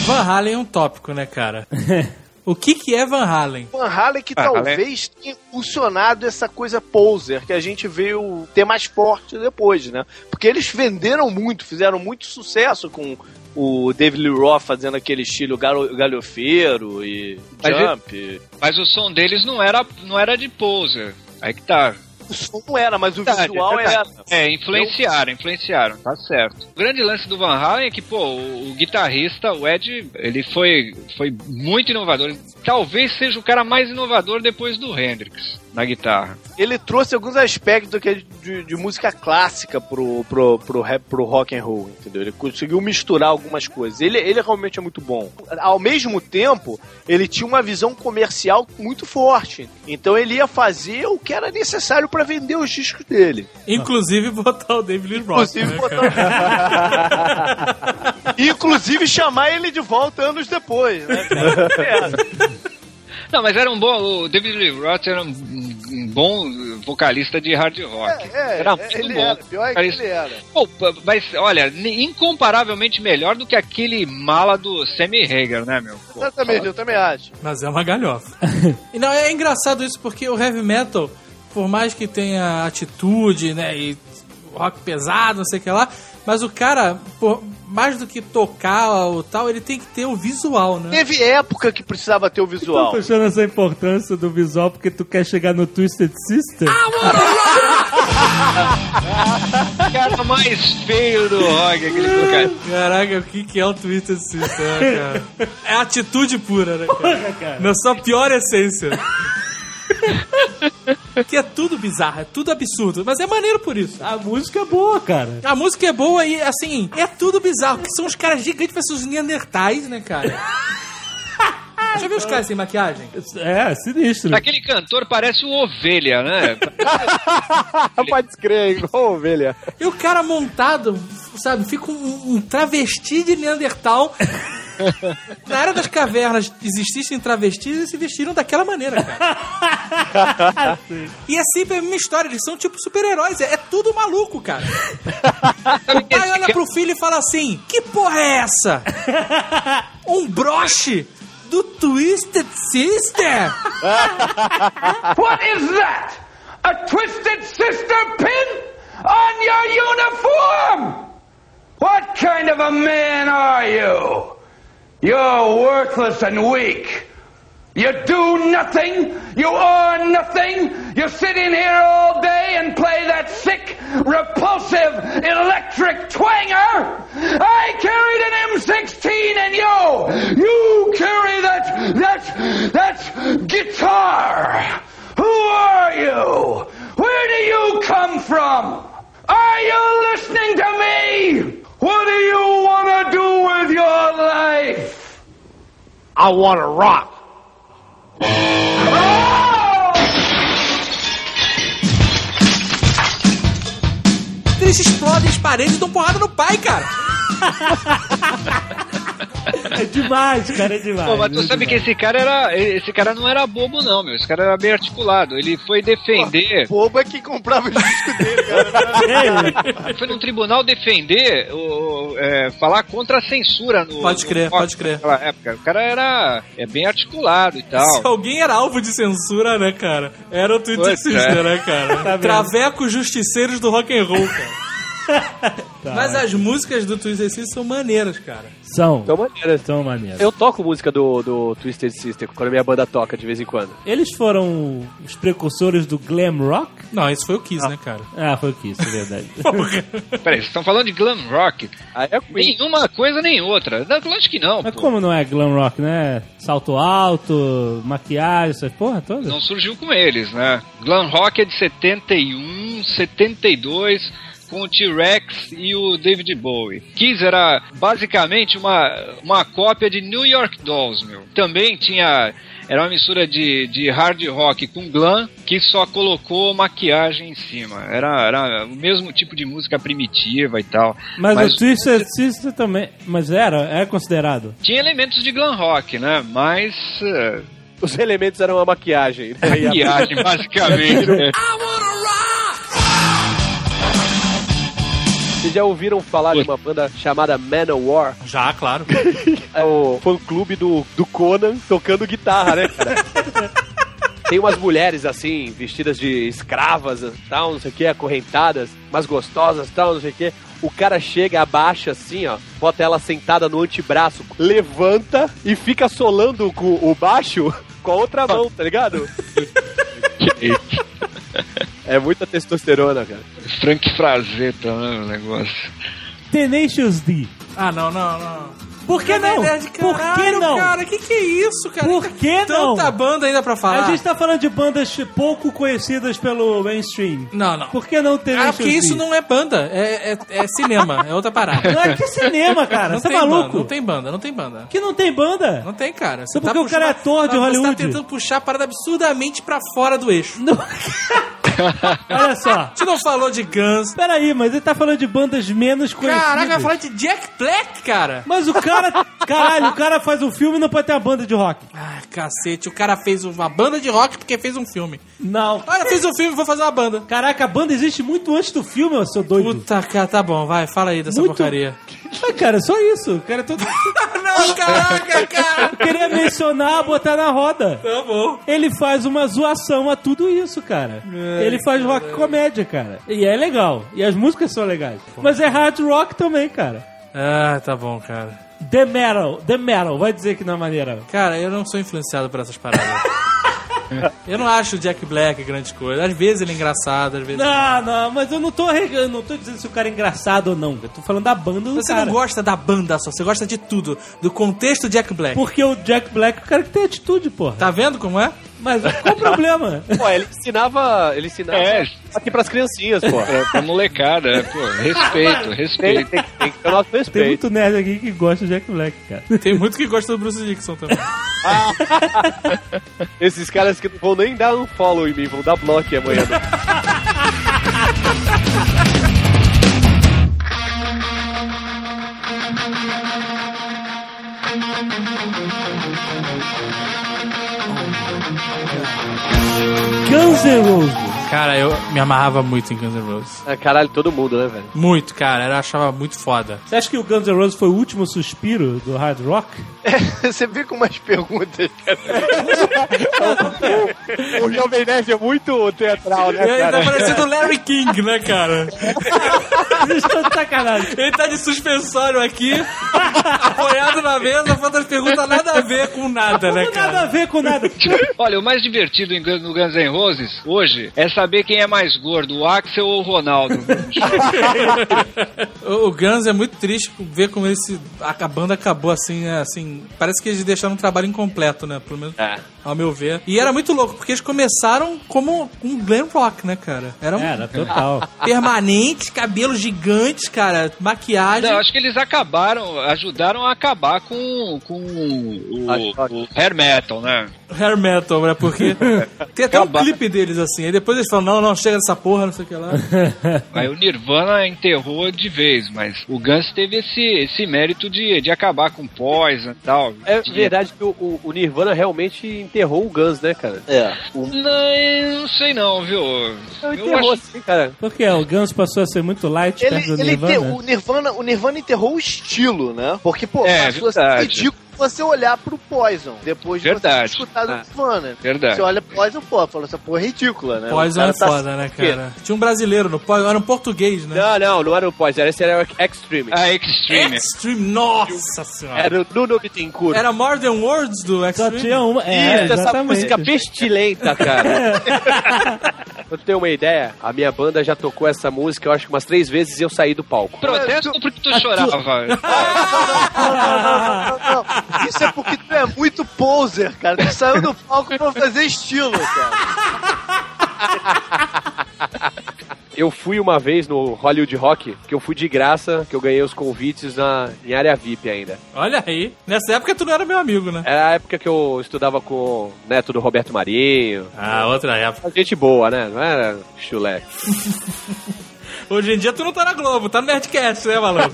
[SPEAKER 5] Van Halen é um tópico, né, cara? o que que é Van Halen?
[SPEAKER 1] Van Halen que
[SPEAKER 4] Van Halen.
[SPEAKER 1] talvez tenha impulsionado essa coisa poser que a gente veio ter mais forte depois, né? Porque eles venderam muito, fizeram muito sucesso com o David Lee Roth fazendo aquele estilo galo- galhofeiro e
[SPEAKER 4] Mas
[SPEAKER 1] jump.
[SPEAKER 4] Mas o som deles não era, não era de poser. Aí que tá.
[SPEAKER 1] O som não era, mas o
[SPEAKER 4] Verdade,
[SPEAKER 1] visual
[SPEAKER 4] verdade.
[SPEAKER 1] era.
[SPEAKER 4] É, influenciaram, influenciaram, tá certo. O grande lance do Van Halen é que, pô, o, o guitarrista, o Ed, ele foi, foi muito inovador. Talvez seja o cara mais inovador depois do Hendrix na guitarra.
[SPEAKER 1] Ele trouxe alguns aspectos que é de, de música clássica pro, pro, pro, rap, pro rock and roll, entendeu? Ele conseguiu misturar algumas coisas. Ele, ele realmente é muito bom. Ao mesmo tempo, ele tinha uma visão comercial muito forte. Então ele ia fazer o que era necessário pra vender os discos dele.
[SPEAKER 5] Inclusive botar o David Lee Roth.
[SPEAKER 1] Inclusive,
[SPEAKER 5] né, cara?
[SPEAKER 1] botar- Inclusive chamar ele de volta anos depois, né?
[SPEAKER 4] É. Não, mas era um bom. O David Lee Roth era um, um bom vocalista de hard rock.
[SPEAKER 1] É,
[SPEAKER 4] Era
[SPEAKER 1] é,
[SPEAKER 4] muito
[SPEAKER 1] ele
[SPEAKER 4] bom.
[SPEAKER 1] era. Pior é que ele era.
[SPEAKER 4] Pô, p- mas olha, ni- incomparavelmente melhor do que aquele mala do Sammy Hagar, né, meu? Pô,
[SPEAKER 1] Exatamente, eu também acho.
[SPEAKER 5] Mas é uma galhofa. e não, é engraçado isso porque o heavy metal, por mais que tenha atitude, né, e rock pesado, não sei o que lá, mas o cara, por mais do que tocar ou tal, ele tem que ter o visual, né?
[SPEAKER 1] Teve época que precisava ter o
[SPEAKER 3] Tô
[SPEAKER 1] visual.
[SPEAKER 3] puxando essa importância do visual porque tu quer chegar no Twisted Sister?
[SPEAKER 4] O cara mais feio do rock, aquele cara.
[SPEAKER 5] Caraca, o que que é o Twitter Sister, né, cara? É atitude pura, né, cara? Na sua pior essência. que é tudo bizarro, é tudo absurdo, mas é maneiro por isso.
[SPEAKER 3] A música é boa, cara.
[SPEAKER 5] A música é boa e, assim, é tudo bizarro. porque São os caras gigantes versus os neandertais, né, cara? Já viu os caras sem maquiagem?
[SPEAKER 3] É, sinistro.
[SPEAKER 4] Aquele cantor parece o Ovelha, né?
[SPEAKER 2] Pode crer, igual ovelha.
[SPEAKER 5] E o cara montado, sabe, fica um, um travesti de Neandertal. Na era das cavernas existissem travestis e se vestiram daquela maneira, cara. e é sempre a mesma história, eles são tipo super-heróis, é, é tudo maluco, cara. O pai olha pro filho e fala assim: Que porra é essa? Um broche do Twisted Sister?
[SPEAKER 10] What is that? A twisted sister pin on your uniform? What kind of a man are you? You're worthless and weak. You do nothing. You are nothing. You sit in here all day and play that sick, repulsive, electric twanger. I carried an M16 and you, you carry that, that, that guitar. Who are you? Where do you come from? Are you listening to me? What do you want to do with your life? I want to rock.
[SPEAKER 5] Eles explodem as paredes e dão porrada no pai, cara.
[SPEAKER 3] É demais, cara, é demais.
[SPEAKER 4] Pô, mas tu sabe que esse cara era. Esse cara não era bobo, não, meu. Esse cara era bem articulado. Ele foi defender.
[SPEAKER 1] Boba que comprava o disco dele, cara.
[SPEAKER 4] foi num tribunal defender, o, é, falar contra a censura no.
[SPEAKER 5] Pode crer,
[SPEAKER 4] no-
[SPEAKER 5] pode crer.
[SPEAKER 4] naquela época. O cara era é, bem articulado e
[SPEAKER 5] Se
[SPEAKER 4] tal.
[SPEAKER 5] alguém era alvo de censura, né, cara? Era o Twin
[SPEAKER 4] Pois
[SPEAKER 5] Sister,
[SPEAKER 4] é.
[SPEAKER 5] né, cara?
[SPEAKER 3] Tá vendo?
[SPEAKER 5] Travecos justiceiros do rock and roll, cara.
[SPEAKER 3] Tá
[SPEAKER 5] Mas as músicas do Twisted Sister são maneiras, cara.
[SPEAKER 3] São,
[SPEAKER 2] Então, maneira.
[SPEAKER 3] são maneiras.
[SPEAKER 2] Eu toco música do, do Twisted Sister quando a minha banda toca de vez em quando.
[SPEAKER 3] Eles foram os precursores do glam rock?
[SPEAKER 5] Não, isso foi o Kiss, né, cara?
[SPEAKER 3] Ah, foi o que isso, é verdade.
[SPEAKER 4] Peraí, vocês estão falando de glam rock.
[SPEAKER 2] Aí é Queen.
[SPEAKER 4] Nenhuma coisa nem outra. Não, Lógico que não.
[SPEAKER 3] Mas
[SPEAKER 4] pô.
[SPEAKER 3] como não é glam rock, né? Salto alto, maquiagem, essa porra toda?
[SPEAKER 4] Não surgiu com eles, né? Glam rock é de 71, 72 com o T-Rex e o David Bowie. Kiss era basicamente uma, uma cópia de New York Dolls, meu. Também tinha era uma mistura de, de hard rock com glam que só colocou maquiagem em cima. Era, era o mesmo tipo de música primitiva e tal.
[SPEAKER 3] Mas, o Twisted Sister também. Mas era, é considerado.
[SPEAKER 4] tinha elementos de glam rock, né? Mas eh,
[SPEAKER 2] Os elementos eram a maquiagem. né? E a-
[SPEAKER 4] maquiagem basicamente. né?
[SPEAKER 2] Vocês já ouviram falar de uma banda chamada Manowar?
[SPEAKER 5] Já, claro.
[SPEAKER 2] É o fã-clube do, do Conan tocando guitarra, né, cara? Tem umas mulheres assim, vestidas de escravas e tal, não sei o que, acorrentadas, mas gostosas e tal, não sei o que. O cara chega, abaixa assim, ó, bota ela sentada no antebraço, levanta e fica solando com o baixo com a outra mão, tá ligado? É muita testosterona, cara.
[SPEAKER 4] Frank Frazetta, né? O negócio.
[SPEAKER 3] Tenacious D.
[SPEAKER 5] Ah, não, não, não. é
[SPEAKER 3] Por que não?
[SPEAKER 5] Verdade,
[SPEAKER 3] Por que
[SPEAKER 5] caralho,
[SPEAKER 3] não?
[SPEAKER 5] cara, que que é isso, cara?
[SPEAKER 3] Por que não?
[SPEAKER 5] Tanta banda ainda pra falar.
[SPEAKER 3] A gente tá falando de bandas pouco conhecidas pelo mainstream.
[SPEAKER 5] Não, não.
[SPEAKER 3] Por que não Tenacious
[SPEAKER 5] Ah, porque isso
[SPEAKER 3] D?
[SPEAKER 5] não é banda, é, é- é cinema, é outra parada.
[SPEAKER 3] Não, é que é cinema, cara.
[SPEAKER 5] Não
[SPEAKER 3] Você é
[SPEAKER 5] tem
[SPEAKER 3] maluco?
[SPEAKER 5] banda, não tem banda, não tem banda.
[SPEAKER 3] Que não tem banda?
[SPEAKER 5] Não tem, cara. Você
[SPEAKER 3] É porque o cara é ator de
[SPEAKER 5] tá-
[SPEAKER 3] Hollywood.
[SPEAKER 5] Você tá tentando puxar a parada absurdamente pra fora do eixo.
[SPEAKER 3] Olha só.
[SPEAKER 5] Você não falou de Guns.
[SPEAKER 3] Peraí, mas ele tá falando de bandas menos conhecidas.
[SPEAKER 5] Caraca, vai falar de Jack Black, cara.
[SPEAKER 3] Mas o cara. Caralho, o cara faz um filme e não pode ter uma banda de rock.
[SPEAKER 5] Ah, cacete. O cara fez uma banda de rock porque fez um filme.
[SPEAKER 3] Não.
[SPEAKER 5] Olha, fez um filme, vou fazer uma banda.
[SPEAKER 3] Caraca, a banda existe muito antes do filme, ô seu doido.
[SPEAKER 5] Puta, cara, tá bom, vai, fala aí dessa
[SPEAKER 3] Muito-
[SPEAKER 5] porcaria.
[SPEAKER 3] Ah, cara, só isso. O cara é todo.
[SPEAKER 5] não, caraca, cara.
[SPEAKER 3] Queria mencionar, botar na roda.
[SPEAKER 5] Tá bom.
[SPEAKER 3] Ele faz uma zoação a tudo isso, cara. ele faz rock comédia, cara. E é legal. E as músicas são legais. Mas é hard rock também, cara.
[SPEAKER 5] Ah, tá bom, cara.
[SPEAKER 3] The Metal, The Metal, vai dizer que não é maneira.
[SPEAKER 5] Cara, eu não sou influenciado por essas paradas. eu não acho o Jack Black grande coisa. Às vezes ele é engraçado, às vezes.
[SPEAKER 3] Não, não, mas eu não tô, re- eu não tô dizendo se o cara é engraçado ou não. Eu tô falando da banda do
[SPEAKER 5] Você
[SPEAKER 3] cara.
[SPEAKER 5] não gosta da banda só, você gosta de tudo. Do contexto Jack Black.
[SPEAKER 3] Porque o Jack Black é o cara que tem atitude, porra.
[SPEAKER 5] Tá vendo como é?
[SPEAKER 3] Mas qual o problema?
[SPEAKER 2] Pô, ele ensinava. Ele ensinava
[SPEAKER 4] É.
[SPEAKER 2] aqui pras criancinhas, pô.
[SPEAKER 4] Pra, pra molecada, né? pô, respeito,
[SPEAKER 2] Ah, Tem,
[SPEAKER 4] respeito.
[SPEAKER 2] tem, tem que ter o nosso
[SPEAKER 3] Tem
[SPEAKER 2] respeito.
[SPEAKER 3] muito nerd aqui que gosta do Jack Black, cara.
[SPEAKER 5] Tem muito que gosta do Bruce Dixon também.
[SPEAKER 2] Esses caras que não vão nem dar um follow em mim, vão dar bloco amanhã.
[SPEAKER 3] Guns N' Roses.
[SPEAKER 5] Cara, eu me amarrava muito em Guns N' Roses.
[SPEAKER 2] Ah, Caralho, todo mundo, né, velho?
[SPEAKER 5] Muito, cara. Eu achava muito foda.
[SPEAKER 3] Você acha que o Guns N' Roses foi o último suspiro do hard rock?
[SPEAKER 1] Você fica umas perguntas, cara.
[SPEAKER 2] O Jovem Nerd é muito teatral, né,
[SPEAKER 5] Ele tá
[SPEAKER 2] cara?
[SPEAKER 5] parecendo o Larry King, né, cara?
[SPEAKER 3] Vocês estão de sacanagem.
[SPEAKER 5] Ele tá de suspensório aqui, apoiado na mesa, fazendo pergunta nada a ver com nada, né,
[SPEAKER 3] Não tem nada a
[SPEAKER 5] cara?
[SPEAKER 3] ver com nada.
[SPEAKER 4] Olha, o mais divertido em Guns- no Guns N' Roses hoje é saber quem é mais gordo, o Axel ou o Ronaldo.
[SPEAKER 5] O o Guns é muito triste ver como esse, a a banda acabou assim, né, assim. Parece que eles deixaram um trabalho incompleto, né? Pelo menos
[SPEAKER 2] É.
[SPEAKER 5] ao meu ver. E era muito louco, porque eles
[SPEAKER 3] É.
[SPEAKER 5] começaram como um glam rock, né, cara? Era um
[SPEAKER 3] Era, total.
[SPEAKER 5] permanente, cabelo gigantes, cara, maquiagem.
[SPEAKER 4] Não, acho que eles acabaram, ajudaram a acabar com, com o, o hair metal, né?
[SPEAKER 5] Hair metal, né? Porque tem até um clipe deles assim. Aí depois eles falam: não, não, chega dessa porra, não sei o que lá.
[SPEAKER 4] Aí o Nirvana enterrou de vez, mas o Guns teve esse, esse mérito de, de acabar com Poison e tal.
[SPEAKER 2] É
[SPEAKER 4] De-
[SPEAKER 2] verdade que o, o- o Nirvana realmente enterrou o Guns, né, cara?
[SPEAKER 1] É.
[SPEAKER 4] Não, eu não sei não,
[SPEAKER 2] É
[SPEAKER 4] viu?
[SPEAKER 2] Não,
[SPEAKER 4] Eu
[SPEAKER 2] enterrou
[SPEAKER 4] acho...
[SPEAKER 2] sim, cara.
[SPEAKER 3] Por quê? O Guns passou a ser muito light
[SPEAKER 1] Ele,
[SPEAKER 3] perto do
[SPEAKER 1] ele um
[SPEAKER 3] Nirvana?
[SPEAKER 1] enterrou- o, Nirvana, o Nirvana enterrou o estilo, né? Porque, pô,
[SPEAKER 4] É,
[SPEAKER 1] passou a ser
[SPEAKER 4] verdade.
[SPEAKER 1] ridículo você olhar pro Poison depois de
[SPEAKER 4] Verdade.
[SPEAKER 1] você escutar o
[SPEAKER 2] Ah.
[SPEAKER 1] Nirvana. né?
[SPEAKER 4] Verdade.
[SPEAKER 1] Você olha Poison, pô, fala, essa porra é ridícula, né?
[SPEAKER 5] Poison
[SPEAKER 1] O
[SPEAKER 5] é
[SPEAKER 1] cara tá
[SPEAKER 5] foda, né, cara? Tinha um brasileiro no Poison, era um português, né?
[SPEAKER 2] Não, não, não era o Poison, era esse era o Extreme.
[SPEAKER 4] A Ah, Extreme.
[SPEAKER 2] É.
[SPEAKER 5] Extreme, nossa senhora.
[SPEAKER 2] Era o Nuno Bittencourt.
[SPEAKER 5] Era More Than Words do
[SPEAKER 3] Só
[SPEAKER 5] Extreme.
[SPEAKER 3] tinha uma. É,
[SPEAKER 2] Isso, essa
[SPEAKER 3] exatamente.
[SPEAKER 2] música pestilenta, cara. eu tenho uma ideia, a minha banda já tocou essa música, eu acho que umas três vezes e eu saí do palco.
[SPEAKER 4] Protesto porque tu chorava.
[SPEAKER 1] Não, não, não. Isso é porque tu é muito poser, cara. Tu saiu do palco pra fazer estilo, cara.
[SPEAKER 2] Eu fui uma vez no Hollywood Rock, que eu fui de graça, que eu ganhei os convites na, em área VIP ainda.
[SPEAKER 5] Olha aí. Nessa época tu não era meu amigo, né?
[SPEAKER 2] Era a época que eu estudava com o neto do Roberto Marinho.
[SPEAKER 5] Ah, outra época.
[SPEAKER 2] Gente boa, né? Não era chulé.
[SPEAKER 5] Hoje em dia tu não tá na Globo, tá no Nerdcast, né, maluco?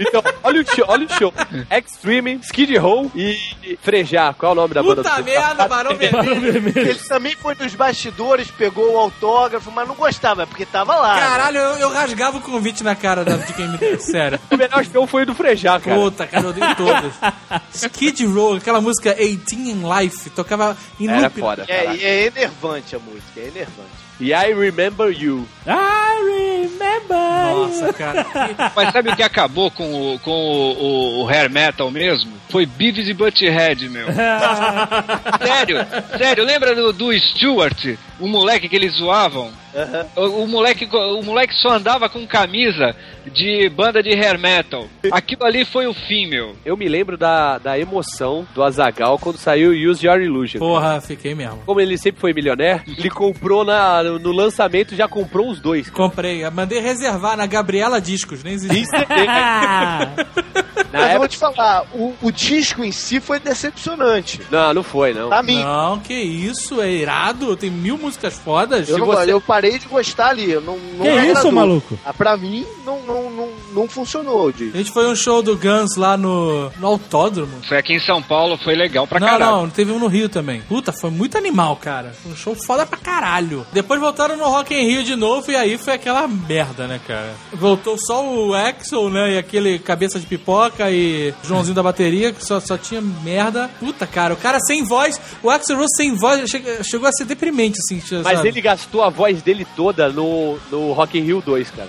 [SPEAKER 2] Então, olha o show, olha o show. Extreme, Skid Row e Frejar. Qual é o nome da banda? do
[SPEAKER 5] Puta
[SPEAKER 2] Frejar?
[SPEAKER 5] merda, Barão Vermelho.
[SPEAKER 1] Ele também foi nos bastidores, pegou o autógrafo, mas não gostava, é porque tava lá.
[SPEAKER 5] Caralho, eu, eu rasgava o convite na cara da, de quem me deu. Sério.
[SPEAKER 2] O melhor show foi o do Frejar, cara.
[SPEAKER 5] Puta, cara, eu odeio todas. Skid Row, aquela música 18 in Life, tocava em
[SPEAKER 2] Era
[SPEAKER 5] loop.
[SPEAKER 2] foda.
[SPEAKER 1] É,
[SPEAKER 2] cara.
[SPEAKER 1] e é enervante a música, é enervante.
[SPEAKER 2] E I Remember You.
[SPEAKER 3] I remember.
[SPEAKER 5] Nossa, cara.
[SPEAKER 4] Mas sabe o que acabou com o, com o, o- o hair metal mesmo? Foi Beavis e Butthead, meu. sério, sério. Lembra do, do Stewart, o moleque que eles zoavam? O, o moleque, o moleque só andava com camisa de banda de hair metal. Aquilo ali foi o fim, meu.
[SPEAKER 2] Eu me lembro da, da emoção do Azagal quando saiu Use Your Illusion.
[SPEAKER 5] Porra, fiquei mesmo.
[SPEAKER 2] Como ele sempre foi milionaire, ele comprou na, no lançamento, já comprou os dois.
[SPEAKER 5] Comprei, mandei reservar na Gabriela Discos, nem
[SPEAKER 2] Em
[SPEAKER 5] existe.
[SPEAKER 2] CD. Na
[SPEAKER 1] Mas eu vou
[SPEAKER 2] época...
[SPEAKER 1] te falar, o, o disco em si foi decepcionante.
[SPEAKER 2] Não, não foi, não.
[SPEAKER 5] Tá,
[SPEAKER 1] Pra mim,
[SPEAKER 5] Não, que isso, é irado, tem mil músicas fodas.
[SPEAKER 1] eu, não
[SPEAKER 2] você-
[SPEAKER 1] gosto, eu parei de gostar ali. Eu não, não
[SPEAKER 3] Que
[SPEAKER 1] me
[SPEAKER 3] isso,
[SPEAKER 1] agradou.
[SPEAKER 3] maluco?
[SPEAKER 1] Ah, Pra mim, não, não, não, não funcionou, de
[SPEAKER 5] A gente foi um show do Guns lá no, no autódromo.
[SPEAKER 4] Foi aqui em São Paulo, foi legal pra
[SPEAKER 5] não,
[SPEAKER 4] caralho.
[SPEAKER 5] não, teve um no Rio também. Puta, foi muito animal, cara. Foi um show foda pra caralho. Depois voltaram no Rock in Rio de novo e aí foi aquela merda, né, cara? Voltou só o Axel, né, e aquele cabeça de pipoca e Joãozinho da bateria, que só, só tinha merda. Puta, cara, o cara sem voz, o Axel Rose sem voz, ele che- chegou a ser deprimente, assim.
[SPEAKER 2] Mas
[SPEAKER 5] sabe?
[SPEAKER 2] ele gastou a voz dele toda no, no Rock in Rio 2, cara.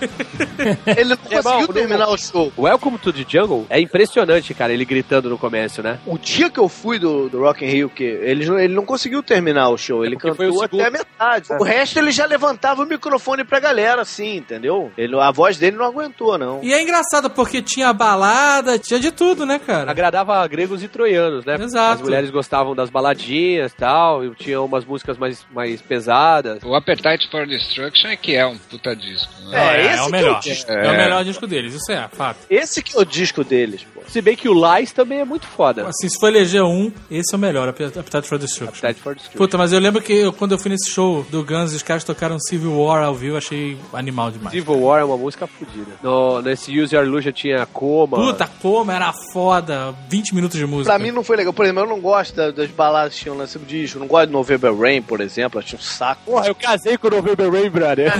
[SPEAKER 1] Ele não
[SPEAKER 2] É né, Irmão,
[SPEAKER 1] conseguiu
[SPEAKER 2] não-
[SPEAKER 1] terminar o show.
[SPEAKER 2] Welcome to the Jungle é impressionante, cara, ele gritando no começo, né?
[SPEAKER 1] O dia que eu fui do, do Rock in Rio, que ele, não- ele não conseguiu terminar o show. Ele
[SPEAKER 2] É porque foi
[SPEAKER 1] cantou
[SPEAKER 2] o segundo. É.
[SPEAKER 1] até a metade. O resto ele já levantava o microfone pra galera, assim, entendeu? Ele, a voz dele não aguentou, não.
[SPEAKER 5] E é engraçado porque tinha balada, tinha de tudo, né, cara?
[SPEAKER 2] Agradava a gregos e troianos, né?
[SPEAKER 5] Exato.
[SPEAKER 2] As mulheres gostavam das baladinhas e tal, e tinha umas músicas mais, mais pesadas.
[SPEAKER 4] O Appetite for Destruction é que é um puta disco. Né?
[SPEAKER 1] É,
[SPEAKER 5] é,
[SPEAKER 1] esse
[SPEAKER 5] o
[SPEAKER 1] que
[SPEAKER 5] melhor.
[SPEAKER 1] é o disco.
[SPEAKER 5] É o melhor disco deles, isso é, fato.
[SPEAKER 1] Esse que é o disco deles, pô.
[SPEAKER 2] Se bem que o Lies também é muito foda.
[SPEAKER 5] Assim, se for eleger um, esse é o melhor, Appetite for Destruction.
[SPEAKER 2] Appetite for Destruction.
[SPEAKER 5] Puta, mas eu lembro que eu- quando eu fui nesse show do Guns, os caras tocaram Civil War ao vivo, achei animal demais.
[SPEAKER 2] Civil War é uma música fodida. No, nesse Use Your Illusion tinha Coma.
[SPEAKER 5] Puta, como era foda. 20 minutos de música.
[SPEAKER 1] Pra mim não foi legal. Por exemplo, eu não gosto da- das baladas que tinham lance do disco. Eu não gosto de November Rain, por exemplo. Acho um saco.
[SPEAKER 2] Porra, eu casei com o November Rain, brother.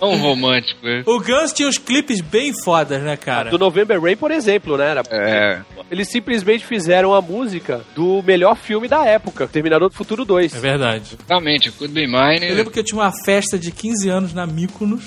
[SPEAKER 4] Tão romântico. é.
[SPEAKER 5] O Guns tinha uns clipes bem fodas, né, cara?
[SPEAKER 2] do November Rain, por exemplo, né? Era-
[SPEAKER 4] É.
[SPEAKER 2] Eles simplesmente fizeram a música do melhor filme da época, Terminador do Futuro 2.
[SPEAKER 5] É verdade.
[SPEAKER 4] Realmente, o Could Be Mine.
[SPEAKER 5] Eu lembro que eu tinha uma festa de 15 anos na Mykonos.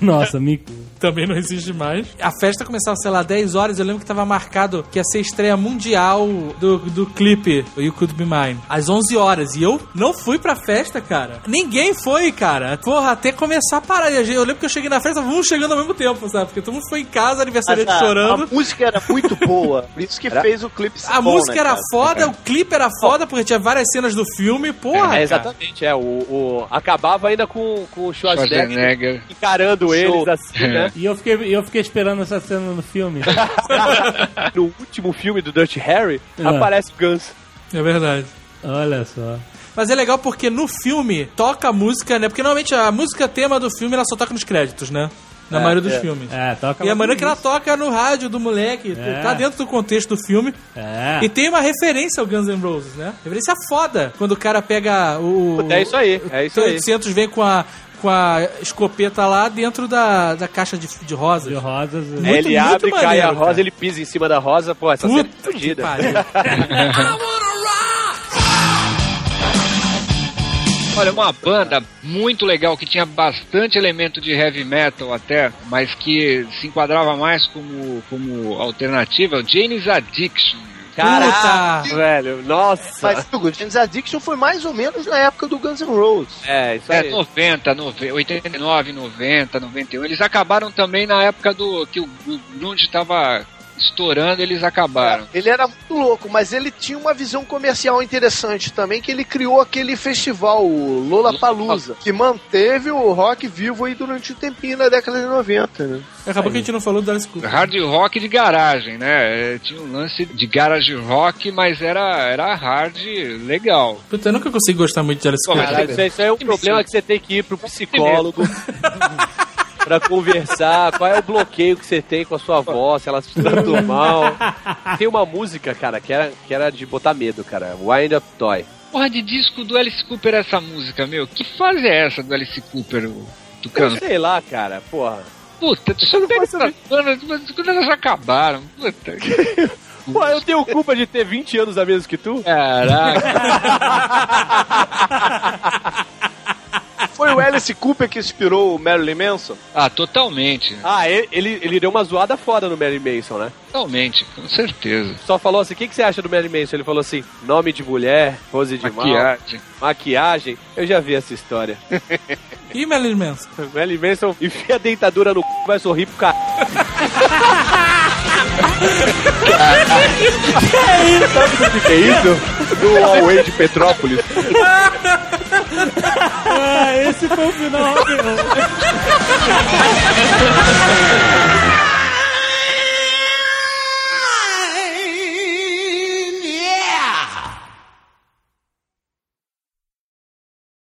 [SPEAKER 3] Nossa, Mico.
[SPEAKER 5] também não existe mais. A festa começava, sei lá, 10 horas. Eu lembro que tava marcado que ia ser a estreia mundial do, do clipe You Could Be Mine. Às 11 horas. E eu não fui pra festa, cara. Ninguém foi, cara. Porra, até começar a parar. E Eu lembro que eu cheguei na festa, vamos chegando ao mesmo tempo, sabe? Porque todo mundo foi em casa,
[SPEAKER 2] Ah,
[SPEAKER 5] aniversariante
[SPEAKER 2] tá.
[SPEAKER 1] Mas a-
[SPEAKER 5] chorando.
[SPEAKER 1] A música era muito boa. Por isso que fez o clipe ser
[SPEAKER 5] A
[SPEAKER 1] bom,
[SPEAKER 5] música
[SPEAKER 1] né,
[SPEAKER 5] era
[SPEAKER 1] cara?
[SPEAKER 5] foda, o clipe era foda, porque tinha várias cenas do filme, porra.
[SPEAKER 2] É,
[SPEAKER 5] cara.
[SPEAKER 2] exatamente, é. O, o- acabava ainda com, com o Schwarzenegger
[SPEAKER 4] Schwarzenegger.
[SPEAKER 2] encarando eles assim, né?
[SPEAKER 3] E eu fiquei, eu fiquei esperando essa cena no filme.
[SPEAKER 2] No último filme do Dirty Harry,
[SPEAKER 3] É.
[SPEAKER 2] aparece o Guns.
[SPEAKER 5] É verdade.
[SPEAKER 3] Olha só.
[SPEAKER 5] Mas é legal porque no filme toca a música, né? Porque normalmente a música tema do filme ela só toca nos créditos, né? Na maioria dos filmes.
[SPEAKER 3] É, toca
[SPEAKER 5] E a maneira que ela
[SPEAKER 3] lá.
[SPEAKER 5] toca no rádio do moleque,
[SPEAKER 3] É.
[SPEAKER 5] tá dentro do contexto do filme.
[SPEAKER 3] É.
[SPEAKER 5] E tem uma referência ao Guns N' Roses, né? Referência foda. Quando o cara pega o.
[SPEAKER 2] É isso aí, é isso
[SPEAKER 5] o
[SPEAKER 2] aí.
[SPEAKER 5] 800 vem com a, com a escopeta lá dentro da, da caixa de, de rosas.
[SPEAKER 3] De rosas.
[SPEAKER 2] É,
[SPEAKER 5] muito-
[SPEAKER 2] ele
[SPEAKER 5] muito
[SPEAKER 2] abre,
[SPEAKER 5] maneiro,
[SPEAKER 2] cai a
[SPEAKER 5] cara.
[SPEAKER 2] rosa, ele pisa em cima da rosa, pô, essa cena é
[SPEAKER 5] Puta que
[SPEAKER 2] fodida.
[SPEAKER 5] pariu.
[SPEAKER 4] Olha, uma banda muito legal que tinha bastante elemento de heavy metal até, mas que se enquadrava mais como, como alternativa, é o Jane's Addiction. É,
[SPEAKER 2] Caraca,
[SPEAKER 5] Puta.
[SPEAKER 2] velho, nossa.
[SPEAKER 1] Mas, Hugo, James Addiction foi mais ou menos na época do Guns N' Roses.
[SPEAKER 2] É, isso
[SPEAKER 4] É,
[SPEAKER 2] aí.
[SPEAKER 4] 90, 90, 89, 90, 91. Eles acabaram também na época do que o o Grunge tava estourando, eles acabaram.
[SPEAKER 1] Ele era muito louco, mas ele tinha uma visão comercial interessante também, que ele criou aquele festival, o Lollapalooza, que manteve o rock vivo aí durante um tempinho na década de 90, né?
[SPEAKER 5] Acabou que a gente não falou do Alice Cooper.
[SPEAKER 4] Hard rock de garagem, né? É, Tinha um lance de garage rock, mas era, era hard legal.
[SPEAKER 5] Puta, eu nunca consigo gostar muito de Alice
[SPEAKER 4] Pô,
[SPEAKER 5] Cooper.
[SPEAKER 2] Caralho, isso, aí- isso aí é um problema que você tem que ir pro psicólogo pra conversar. Qual é o bloqueio que você tem com a sua voz, se ela se tratou mal. Tem uma música, cara, que era, que era de botar medo, cara. Wind Up Toy.
[SPEAKER 4] Porra de disco do Alice Cooper essa música, meu. Que fase é essa do Alice Cooper, o Tucano?
[SPEAKER 2] Sei lá, cara, porra.
[SPEAKER 4] Puta, tu só não pega essas bandas, mas quando elas acabaram, puta.
[SPEAKER 2] Pô, eu tenho culpa de ter 20 anos a menos que tu? Ah,
[SPEAKER 4] Caraca.
[SPEAKER 1] Foi o Alice Cooper que inspirou o Marilyn Manson?
[SPEAKER 4] Ah, totalmente,
[SPEAKER 2] Ah, ele, ele, ele deu uma zoada foda no Mary Mason, né?
[SPEAKER 4] totalmente, com certeza.
[SPEAKER 2] Só falou assim, o que, que você acha do Mary Mason? Ele falou assim, nome de mulher, pose de mal,
[SPEAKER 4] Maquiagem.
[SPEAKER 2] maquiagem. Eu já vi essa história.
[SPEAKER 5] Ih, Marilyn Manson.
[SPEAKER 2] Marilyn Manson enfia a dentadura no c... vai sorrir pro cara. Sabe o que é isso? Do Huawei de Petrópolis.
[SPEAKER 3] né? Ah, esse foi o final. rock and roll.